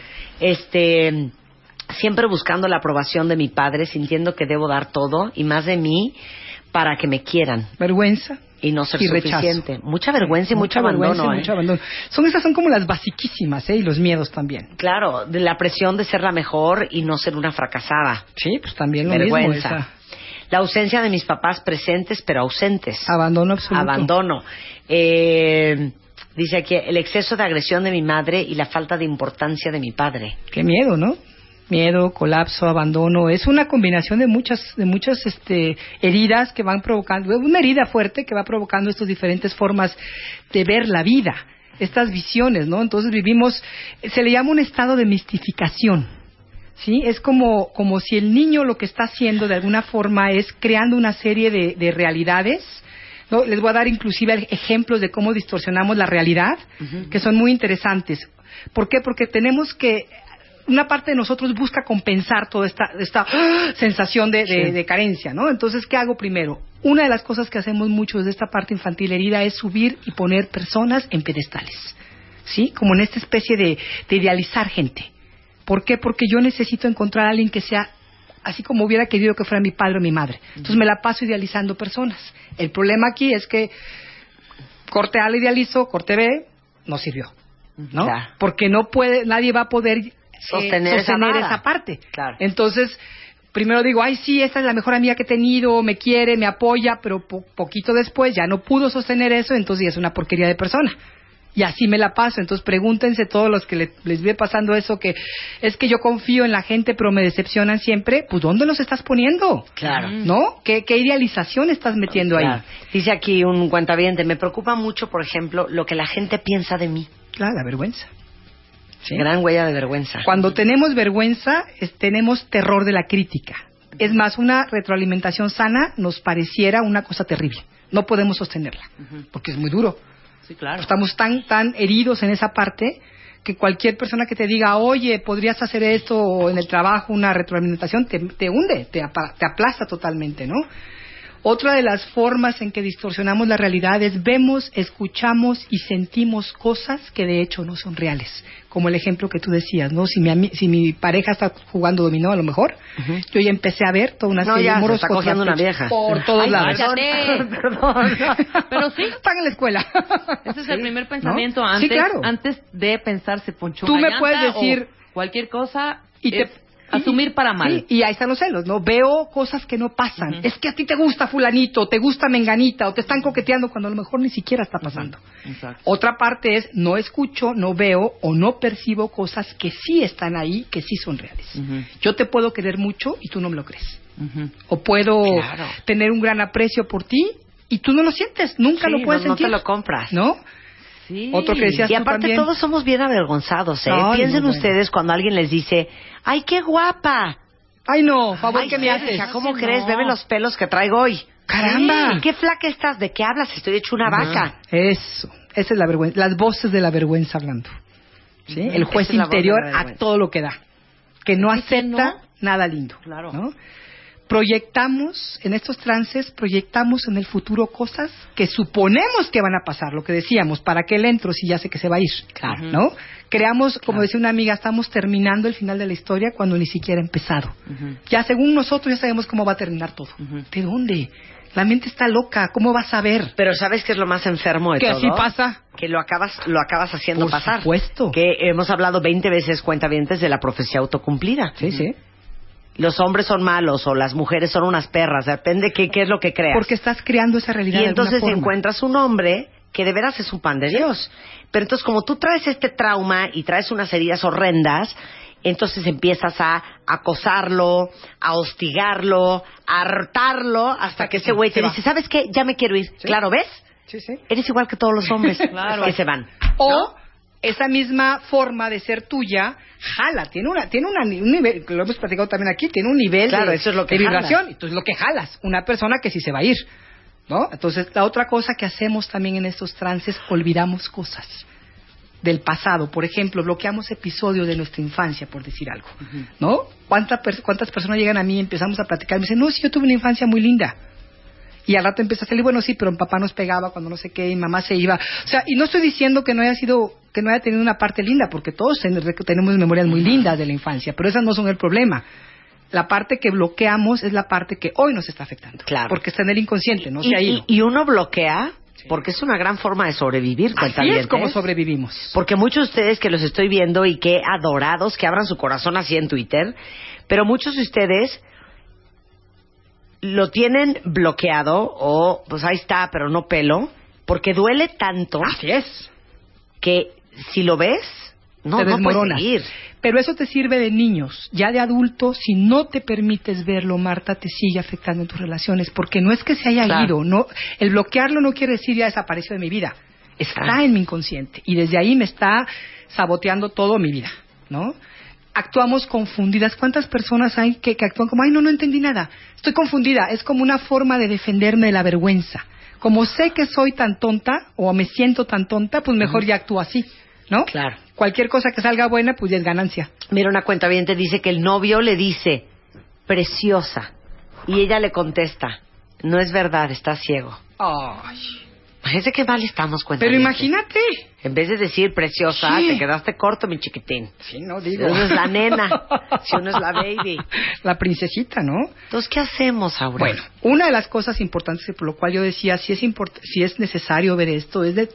Speaker 2: Este, siempre buscando la aprobación de mi padre, sintiendo que debo dar todo y más de mí para que me quieran
Speaker 5: Vergüenza.
Speaker 2: y no ser
Speaker 5: Y rechazo.
Speaker 2: suficiente. Mucha vergüenza y mucho
Speaker 5: vergüenza y
Speaker 2: abandono. ¿eh?
Speaker 5: mucho abandono. Son esas son como las basiquísimas, ¿eh? Y los miedos también.
Speaker 2: Claro, de la presión de ser la mejor y no ser una fracasada.
Speaker 5: Sí, pues también lo mismo.
Speaker 2: vergüenza.
Speaker 5: esa-
Speaker 2: La ausencia de mis papás presentes pero ausentes.
Speaker 5: Abandono absoluto.
Speaker 2: Abandono. Eh, dice aquí, el exceso de agresión de mi madre y la falta de importancia de mi padre.
Speaker 5: Qué miedo, ¿no? Miedo, colapso, abandono. Es una combinación de muchas, de muchas este, heridas que van provocando, una herida fuerte que va provocando estas diferentes formas de ver la vida. estas visiones, ¿no? Entonces vivimos, se le llama un estado de mistificación. ¿Sí? Es como, como si el niño lo que está haciendo de alguna forma es creando una serie de, de realidades. ¿no? Les voy a dar inclusive ejemplos de cómo distorsionamos la realidad, que son muy interesantes. ¿Por qué? Porque tenemos que una parte de nosotros busca compensar toda esta, esta <gasps> ¡ah! sensación de, de- de carencia, ¿no? Entonces, ¿qué hago primero? Una de las cosas que hacemos mucho desde esta parte infantil herida es subir y poner personas en pedestales, ¿sí? Como en esta especie de, de idealizar gente. ¿Por qué? Porque yo necesito encontrar a alguien que sea así como hubiera querido que fuera mi padre o mi madre. Entonces me la paso idealizando personas. El problema aquí es que corte A le idealizo, corte B no sirvió, ¿no?
Speaker 2: Ya.
Speaker 5: Porque no puede, nadie va a poder eh,
Speaker 2: Sostener esa
Speaker 5: sostener
Speaker 2: vara.
Speaker 5: esa parte.
Speaker 2: Claro.
Speaker 5: Entonces, primero digo, ay, sí, esta es la mejor amiga que he tenido, me quiere, me apoya, pero po- poquito después ya no pudo sostener eso, entonces ya es una porquería de persona. Y así me la paso. Entonces, pregúntense todos los que le- les ve pasando eso, que es que yo confío en la gente, pero me decepcionan siempre. Pues, ¿dónde los estás poniendo?
Speaker 2: Claro.
Speaker 5: ¿No? ¿Qué, qué idealización estás metiendo
Speaker 2: Mm. Claro.
Speaker 5: ahí?
Speaker 2: Dice aquí un cuentaviente, me preocupa mucho, por ejemplo, lo que la gente piensa de mí.
Speaker 5: Claro, la vergüenza. Sí.
Speaker 2: Gran huella de vergüenza.
Speaker 5: Cuando tenemos vergüenza, es- tenemos terror de la crítica. Es más, una retroalimentación sana nos pareciera una cosa terrible. No podemos sostenerla, porque es muy duro.
Speaker 3: Sí, claro.
Speaker 5: Estamos tan, tan heridos en esa parte que cualquier persona que te diga, oye, podrías hacer esto o en el trabajo, una retroalimentación, te, te hunde, te, apa- te aplasta totalmente, ¿no? Otra de las formas en que distorsionamos la realidad es vemos, escuchamos y sentimos cosas que de hecho no son reales. Como el ejemplo que tú decías, ¿no? Si mi, ami- si mi pareja está jugando dominó, a lo mejor, yo ya empecé a ver toda una
Speaker 2: No,
Speaker 5: serie
Speaker 2: ya,
Speaker 5: de
Speaker 2: se
Speaker 5: moros
Speaker 2: está cogiendo una
Speaker 5: contrapechos
Speaker 2: vieja.
Speaker 5: por todos
Speaker 3: Ay,
Speaker 5: lados.
Speaker 3: perdón,
Speaker 2: <laughs> Perdón.
Speaker 3: <laughs> Pero sí,
Speaker 5: Están en la escuela.
Speaker 3: ese es el primer
Speaker 5: ¿No?
Speaker 3: pensamiento
Speaker 5: Sí,
Speaker 3: antes,
Speaker 5: claro.
Speaker 3: antes de pensar se ponchó
Speaker 5: Tú
Speaker 3: una
Speaker 5: me
Speaker 3: llanta
Speaker 5: puedes decir-
Speaker 3: o cualquier cosa
Speaker 5: Y te-
Speaker 3: es asumir para mal.
Speaker 5: Sí, y ahí están los celos, ¿no? Veo cosas que no pasan. Es que a ti te gusta fulanito, te gusta menganita, o te están coqueteando cuando a lo mejor ni siquiera está pasando.
Speaker 3: Exacto.
Speaker 5: Otra parte es no escucho, no veo o no percibo cosas que sí están ahí, que sí son reales.
Speaker 3: Ujú.
Speaker 5: Yo te puedo querer mucho y tú no me lo crees.
Speaker 3: Ujú.
Speaker 5: O puedo
Speaker 2: Claro.
Speaker 5: tener un gran aprecio por ti y tú no lo sientes, nunca
Speaker 2: Sí,
Speaker 5: lo puedes
Speaker 2: no- no te
Speaker 5: sentir.
Speaker 2: lo compras.
Speaker 5: ¿No?
Speaker 3: Sí.
Speaker 5: Otro que decía-
Speaker 2: Y
Speaker 5: tú
Speaker 2: aparte
Speaker 5: también.
Speaker 2: todos somos bien avergonzados, ¿eh?
Speaker 5: Ay,
Speaker 2: Piensen
Speaker 5: no, bueno.
Speaker 2: ustedes cuando alguien les dice, ¡ay, qué guapa!
Speaker 5: Ay, no, favor,
Speaker 2: Ay,
Speaker 5: ¿qué me
Speaker 2: hija,
Speaker 5: haces?
Speaker 2: ¿Cómo
Speaker 3: No.
Speaker 2: crees? Bebe los pelos que traigo hoy.
Speaker 5: Caramba.
Speaker 2: Sí, ¿Qué flaca estás? ¿De qué hablas? Estoy hecho una vaca.
Speaker 5: Eso, esa es la vergüenza, las voces de la vergüenza hablando. ¿sí? El juez
Speaker 2: Esa es la voz de la
Speaker 5: interior a
Speaker 2: vergüenza.
Speaker 5: todo lo que da, que no
Speaker 3: Es que
Speaker 5: acepta
Speaker 3: no.
Speaker 5: nada lindo.
Speaker 3: Claro.
Speaker 5: ¿no? Proyectamos, en estos trances, proyectamos en el futuro cosas que suponemos que van a pasar, lo que decíamos, ¿para qué le entro si ya sé que se va a ir?
Speaker 3: Claro.
Speaker 5: ¿No? Creamos, como decía una amiga, estamos terminando el final de la historia cuando ni siquiera ha empezado.
Speaker 3: Ujú.
Speaker 5: Ya según nosotros ya sabemos cómo va a terminar todo.
Speaker 3: Ujú.
Speaker 5: ¿De dónde? La mente está loca, ¿cómo va a saber?
Speaker 2: Pero ¿sabes qué es lo más enfermo de
Speaker 5: Que
Speaker 2: todo?
Speaker 5: así pasa.
Speaker 2: Que lo acabas, lo acabas haciendo
Speaker 5: Por
Speaker 2: pasar.
Speaker 5: supuesto.
Speaker 2: Que hemos hablado 20 veces, cuentavientes, de la profecía autocumplida.
Speaker 5: Sí, sí.
Speaker 2: Los hombres son malos o las mujeres son unas perras. Depende qué, qué es lo que creas.
Speaker 5: Porque estás creando esa realidad.
Speaker 2: Y
Speaker 5: de alguna
Speaker 2: entonces
Speaker 5: forma.
Speaker 2: encuentras un hombre que de veras es un pan de Dios. Pero entonces como tú traes este trauma y traes unas heridas horrendas, entonces empiezas a acosarlo, a hostigarlo, a hartarlo, hasta que ese güey te
Speaker 5: se va.
Speaker 2: dice, ¿sabes qué? Ya me quiero ir. Claro, ¿ves?
Speaker 5: Sí, sí.
Speaker 2: Eres igual que todos los
Speaker 5: <laughs>
Speaker 2: hombres
Speaker 3: Claro.
Speaker 2: que se van.
Speaker 5: O esa misma forma de ser tuya jala, tiene una, tiene una, ni- un nivel, lo hemos platicado también aquí, tiene un nivel
Speaker 2: Claro,
Speaker 5: de,
Speaker 2: eso es lo que
Speaker 5: de
Speaker 2: jala.
Speaker 5: vibración, entonces lo que jalas, una persona que sí se va a ir, ¿no? Entonces la otra cosa que hacemos también en estos trances, olvidamos cosas del pasado, por ejemplo, bloqueamos episodios de nuestra infancia, por decir algo, ¿no? ¿Cuántas, ¿Cuántas personas llegan a mí y empezamos a platicar? Me dicen, no, sí, yo tuve una infancia muy linda. Y al rato empieza a salir, bueno, sí, pero mi papá nos pegaba cuando no sé qué, y mamá se iba. O sea, y no estoy diciendo que no haya sido, que no haya tenido una parte linda, porque todos ten- tenemos memorias muy lindas de la infancia, pero esas no son el problema. La parte que bloqueamos es la parte que hoy nos está afectando.
Speaker 2: Claro.
Speaker 5: Porque está en el inconsciente, no
Speaker 2: y,
Speaker 5: se ha ido.
Speaker 2: y- y uno bloquea porque es una gran forma de sobrevivir.
Speaker 5: Así es
Speaker 2: cuentavientes.
Speaker 5: como sobrevivimos.
Speaker 2: Porque muchos de ustedes que los estoy viendo y que adorados, que abran su corazón así en Twitter, pero muchos de ustedes lo tienen bloqueado o pues ahí está, pero no pelo, porque duele tanto
Speaker 5: Así es.
Speaker 2: que si lo ves, no,
Speaker 5: te
Speaker 2: no puedes
Speaker 5: desmoronas.
Speaker 2: seguir.
Speaker 5: Pero eso te sirve de niños. Ya de adulto, si no te permites verlo, Marta, te sigue afectando en tus relaciones. Porque no es que se haya
Speaker 3: Claro.
Speaker 5: ido. No, el bloquearlo no quiere decir ya desapareció de mi vida. Está en mi inconsciente y desde ahí me está saboteando todo mi vida, ¿no? Actuamos confundidas. ¿Cuántas personas hay que, que actúan como, ay, no, no entendí nada? Estoy confundida. Es como una forma de defenderme de la vergüenza. Como sé que soy tan tonta o me siento tan tonta, pues mejor ya actúo así, ¿no?
Speaker 2: Claro.
Speaker 5: Cualquier cosa que salga buena, pues ya es ganancia.
Speaker 2: Mira, una cuenta bien te dice que el novio le dice, preciosa. Y ella le contesta, no es verdad, estás ciego. Parece que mal estamos, cuenta
Speaker 5: pero imagínate.
Speaker 2: En vez de decir preciosa,
Speaker 5: Sí.
Speaker 2: te quedaste corto, mi chiquitín.
Speaker 5: Sí, no
Speaker 2: Si uno es la nena, si uno es la baby.
Speaker 5: <laughs> La princesita, ¿no?
Speaker 2: Entonces, ¿qué hacemos, Aura?
Speaker 5: Bueno, una de las cosas importantes que por lo cual yo decía, si es, import- si es necesario ver esto, es de,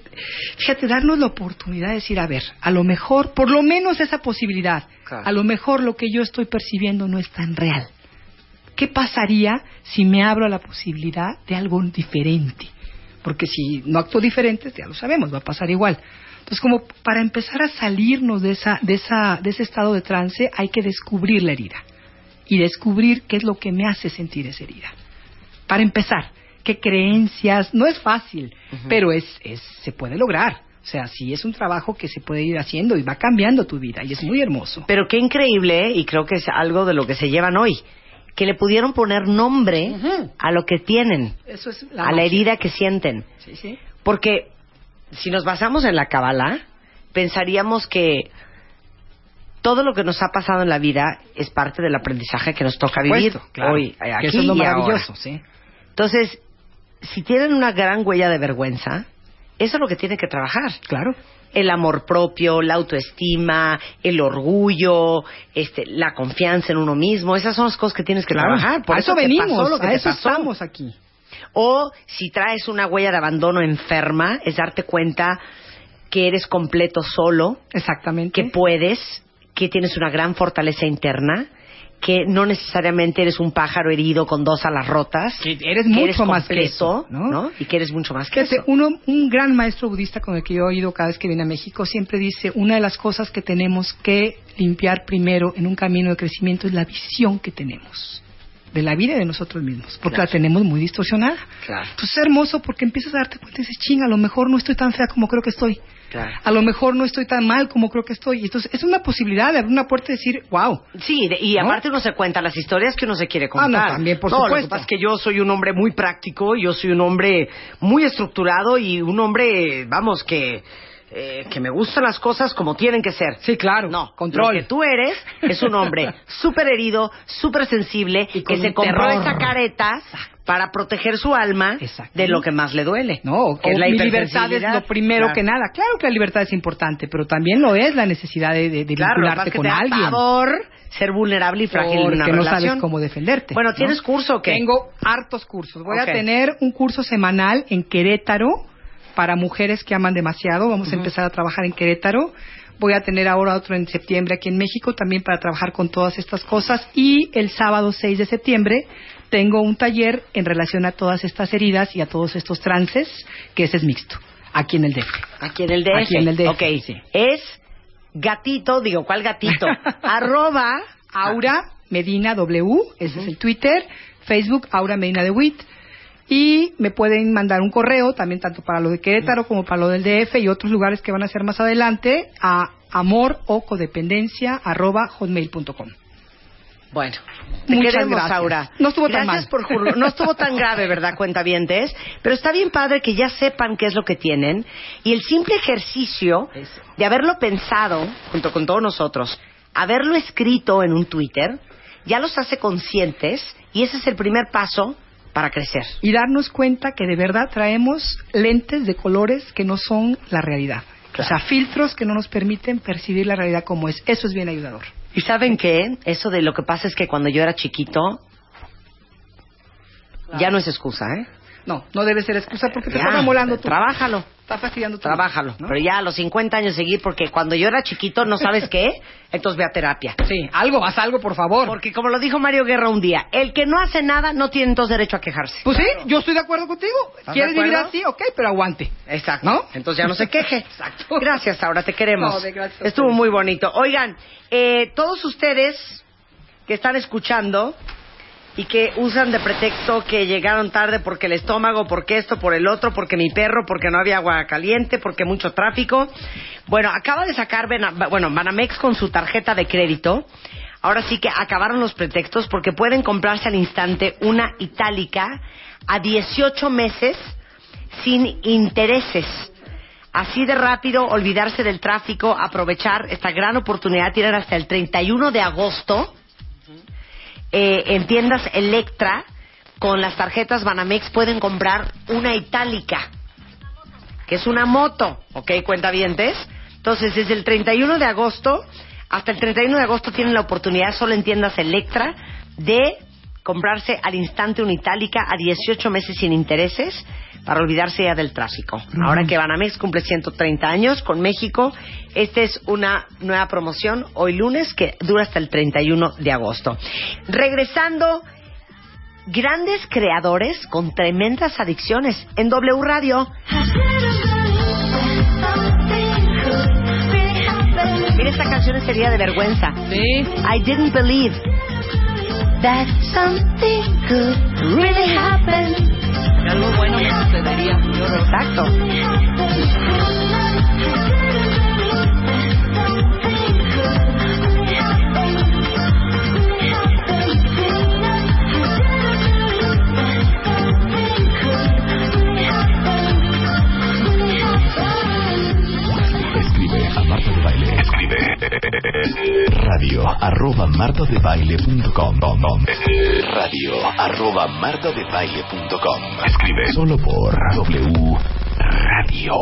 Speaker 5: fíjate, darnos la oportunidad de decir, a ver, a lo mejor, por lo menos esa posibilidad,
Speaker 2: Claro.
Speaker 5: a lo mejor lo que yo estoy percibiendo no es tan real. ¿Qué pasaría si me abro a la posibilidad de algo diferente? Porque si no actúo diferente, ya lo sabemos, va a pasar igual. Entonces, como para empezar a salirnos de, esa, de, esa, de ese estado de trance, hay que descubrir la herida y descubrir qué es lo que me hace sentir esa herida. Para empezar, qué creencias, no es fácil, pero es, es, se puede lograr. O sea, sí es un trabajo que se puede ir haciendo y va cambiando tu vida y es muy hermoso.
Speaker 2: Pero qué increíble, ¿eh? y creo que es algo de lo que se llevan hoy, que le pudieron poner nombre
Speaker 5: Ujú.
Speaker 2: a lo que tienen,
Speaker 5: Eso es
Speaker 2: a la herida que sienten.
Speaker 5: Sí, sí.
Speaker 2: Porque si nos basamos en la Kabbalah, pensaríamos que todo lo que nos ha pasado en la vida es parte del aprendizaje que nos toca vivir
Speaker 5: Puesto, Pues, claro.
Speaker 2: hoy,
Speaker 5: Que
Speaker 2: eh, aquí
Speaker 5: eso es lo
Speaker 2: y ahora.
Speaker 5: maravilloso, sí.
Speaker 2: Entonces, si tienen una gran huella de vergüenza, eso es lo que tienen que trabajar.
Speaker 5: Claro.
Speaker 2: El amor propio, la autoestima, el orgullo, este, la confianza en uno mismo, esas son las cosas que tienes que trabajar. Por
Speaker 5: a eso,
Speaker 2: te
Speaker 5: venimos,
Speaker 2: pasó lo que
Speaker 5: a
Speaker 2: te
Speaker 5: eso
Speaker 2: pasó.
Speaker 5: estamos aquí.
Speaker 2: O si traes una huella de abandono enferma, es darte cuenta que eres completo solo,
Speaker 5: Exactamente.
Speaker 2: que puedes, que tienes una gran fortaleza interna, que no necesariamente eres un pájaro herido con dos alas rotas,
Speaker 5: Que eres mucho más que
Speaker 2: completo,
Speaker 5: eso, ¿no?
Speaker 2: Y que eres mucho más que
Speaker 5: Fíjate,
Speaker 2: eso.
Speaker 5: uno, un gran maestro budista con el que yo he ido cada vez que viene a México siempre dice, una de las cosas que tenemos que limpiar primero en un camino de crecimiento es la visión que tenemos de la vida y de nosotros mismos, porque
Speaker 2: Claro.
Speaker 5: la tenemos muy distorsionada.
Speaker 2: Claro,
Speaker 5: Pues es hermoso porque empiezas a darte cuenta y dices, ching, a lo mejor no estoy tan fea como creo que estoy.
Speaker 2: claro.
Speaker 5: A lo mejor no estoy tan mal como creo que estoy. Y entonces es una posibilidad de abrir una puerta y decir, wow,
Speaker 2: Sí, de- y
Speaker 5: ¿No?
Speaker 2: aparte uno se cuenta las historias que uno se quiere contar.
Speaker 5: Ah, no, también, por
Speaker 2: lo que
Speaker 5: supuesto.
Speaker 2: pasa es que yo soy un hombre muy práctico, yo soy un hombre muy estructurado y un hombre, vamos, que, eh, que me gustan las cosas como tienen que ser.
Speaker 5: Sí, claro.
Speaker 2: No,
Speaker 5: Control.
Speaker 2: Lo que tú eres es un <laughs> hombre súper herido, súper sensible,
Speaker 5: Y
Speaker 2: que
Speaker 5: con
Speaker 2: se
Speaker 5: un
Speaker 2: compró
Speaker 5: terror.
Speaker 2: esa careta para proteger su alma
Speaker 5: Exacto.
Speaker 2: de lo que más le duele.
Speaker 5: No,
Speaker 2: que es
Speaker 5: o
Speaker 2: la
Speaker 5: mi libertad es
Speaker 2: hipersensibilidad.
Speaker 5: lo primero
Speaker 2: Claro.
Speaker 5: que nada. Claro que la libertad es importante, pero también lo es la necesidad de, de- de
Speaker 2: Claro, lo que pasa
Speaker 5: vincularte
Speaker 2: es que
Speaker 5: con
Speaker 2: te da
Speaker 5: alguien.
Speaker 2: pavor ser vulnerable y frágil en una
Speaker 5: porque no
Speaker 2: relación.
Speaker 5: sabes cómo defenderte.
Speaker 2: Bueno,
Speaker 5: ¿no?
Speaker 2: ¿tienes curso o qué?
Speaker 5: Tengo hartos cursos. Voy
Speaker 2: Ok.
Speaker 5: a tener un curso semanal en Querétaro para mujeres que aman demasiado. Vamos a empezar a trabajar en Querétaro. Voy a tener ahora otro en septiembre aquí en México también para trabajar con todas estas cosas. Y el sábado 6 de septiembre tengo un taller en relación a todas estas heridas y a todos estos trances, que ese es mixto, aquí en el DF.
Speaker 2: Aquí en el DF.
Speaker 5: Aquí en el DF,
Speaker 2: Ok.
Speaker 5: sí.
Speaker 2: Es gatito, digo, ¿cuál gatito? Arroba
Speaker 5: Aura Medina W, ese es el Twitter, Facebook Aura Medina de Wit. Y me pueden mandar un correo también tanto para lo de Querétaro como para lo del DF y otros lugares que van a ser más adelante a amor o codependencia arroba hotmail.com.
Speaker 2: Bueno, te
Speaker 5: Muchas
Speaker 2: queremos,
Speaker 5: gracias.
Speaker 2: Aura.
Speaker 5: No estuvo tan
Speaker 2: Gracias
Speaker 5: mal.
Speaker 2: por jurlo- No estuvo
Speaker 5: <laughs>
Speaker 2: tan grave, ¿verdad, cuentavientes? Pero está bien padre que ya sepan qué es lo que tienen. Y el simple ejercicio
Speaker 5: Eso.
Speaker 2: de haberlo pensado, junto con todos nosotros, haberlo escrito en un Twitter, ya los hace conscientes y ese es el primer paso para crecer.
Speaker 5: Y darnos cuenta que de verdad traemos lentes de colores que no son la realidad.
Speaker 2: Claro.
Speaker 5: O sea, filtros que no nos permiten percibir la realidad como es. Eso es bien ayudador.
Speaker 2: ¿Y saben qué? Eso de lo que pasa es que cuando yo era chiquito, ya no es excusa, ¿eh?
Speaker 5: No, no debe ser excusa porque te
Speaker 2: Ya,
Speaker 5: está molando tú.
Speaker 2: Trabájalo.
Speaker 5: Está fastidiando tu vida,
Speaker 2: Trabájalo.
Speaker 5: ¿no?
Speaker 2: Pero ya a los 50 años seguir, porque cuando yo era chiquito, no sabes qué, entonces ve a terapia.
Speaker 5: Sí, algo, haz algo, por favor.
Speaker 2: Porque como lo dijo Mario Guerra un día, el que no hace nada no tiene entonces derecho a quejarse.
Speaker 5: Pues sí, yo estoy de acuerdo contigo.
Speaker 2: ¿Estás
Speaker 5: ¿Quieres
Speaker 2: de
Speaker 5: vivir
Speaker 2: acuerdo?
Speaker 5: así? Ok, pero aguante.
Speaker 2: Exacto.
Speaker 5: ¿No?
Speaker 2: Entonces ya no se queje.
Speaker 5: Exacto.
Speaker 2: Gracias, Ahora te queremos.
Speaker 5: No, de gracias a
Speaker 2: Estuvo
Speaker 5: ustedes.
Speaker 2: muy bonito. Oigan, eh, todos ustedes que están escuchando, y que usan de pretexto que llegaron tarde porque el estómago, porque esto, por el otro, porque mi perro, porque no había agua caliente, porque mucho tráfico. Bueno, acaba de sacar, Bana- bueno, Banamex con su tarjeta de crédito. Ahora sí que acabaron los pretextos porque pueden comprarse al instante una itálica a 18 meses sin intereses. Así de rápido, olvidarse del tráfico, aprovechar esta gran oportunidad, tienen hasta el 31 de agosto eh, en tiendas Electra con las tarjetas Banamex pueden comprar una itálica, que es una moto, ¿ok? Cuenta dientes. Entonces, desde el 31 de agosto hasta el 31 de agosto tienen la oportunidad, solo en tiendas Electra, de comprarse al instante una itálica a 18 meses sin intereses para olvidarse ya del tráfico. Ahora que Banamex cumple 130 años con México, esta es una nueva promoción hoy lunes que dura hasta el 31 de agosto. Regresando, grandes creadores con tremendas adicciones en W Radio. Mira, esta canción sería de vergüenza.
Speaker 3: Sí.
Speaker 2: I didn't believe that something could really happen.
Speaker 3: Algo bueno que sucedería.
Speaker 2: Exacto.
Speaker 1: Escribe a Marta de Baile. Escribe radio arroba martadebaile.com Radio arroba martadebaile.com Escribe solo por W Radio.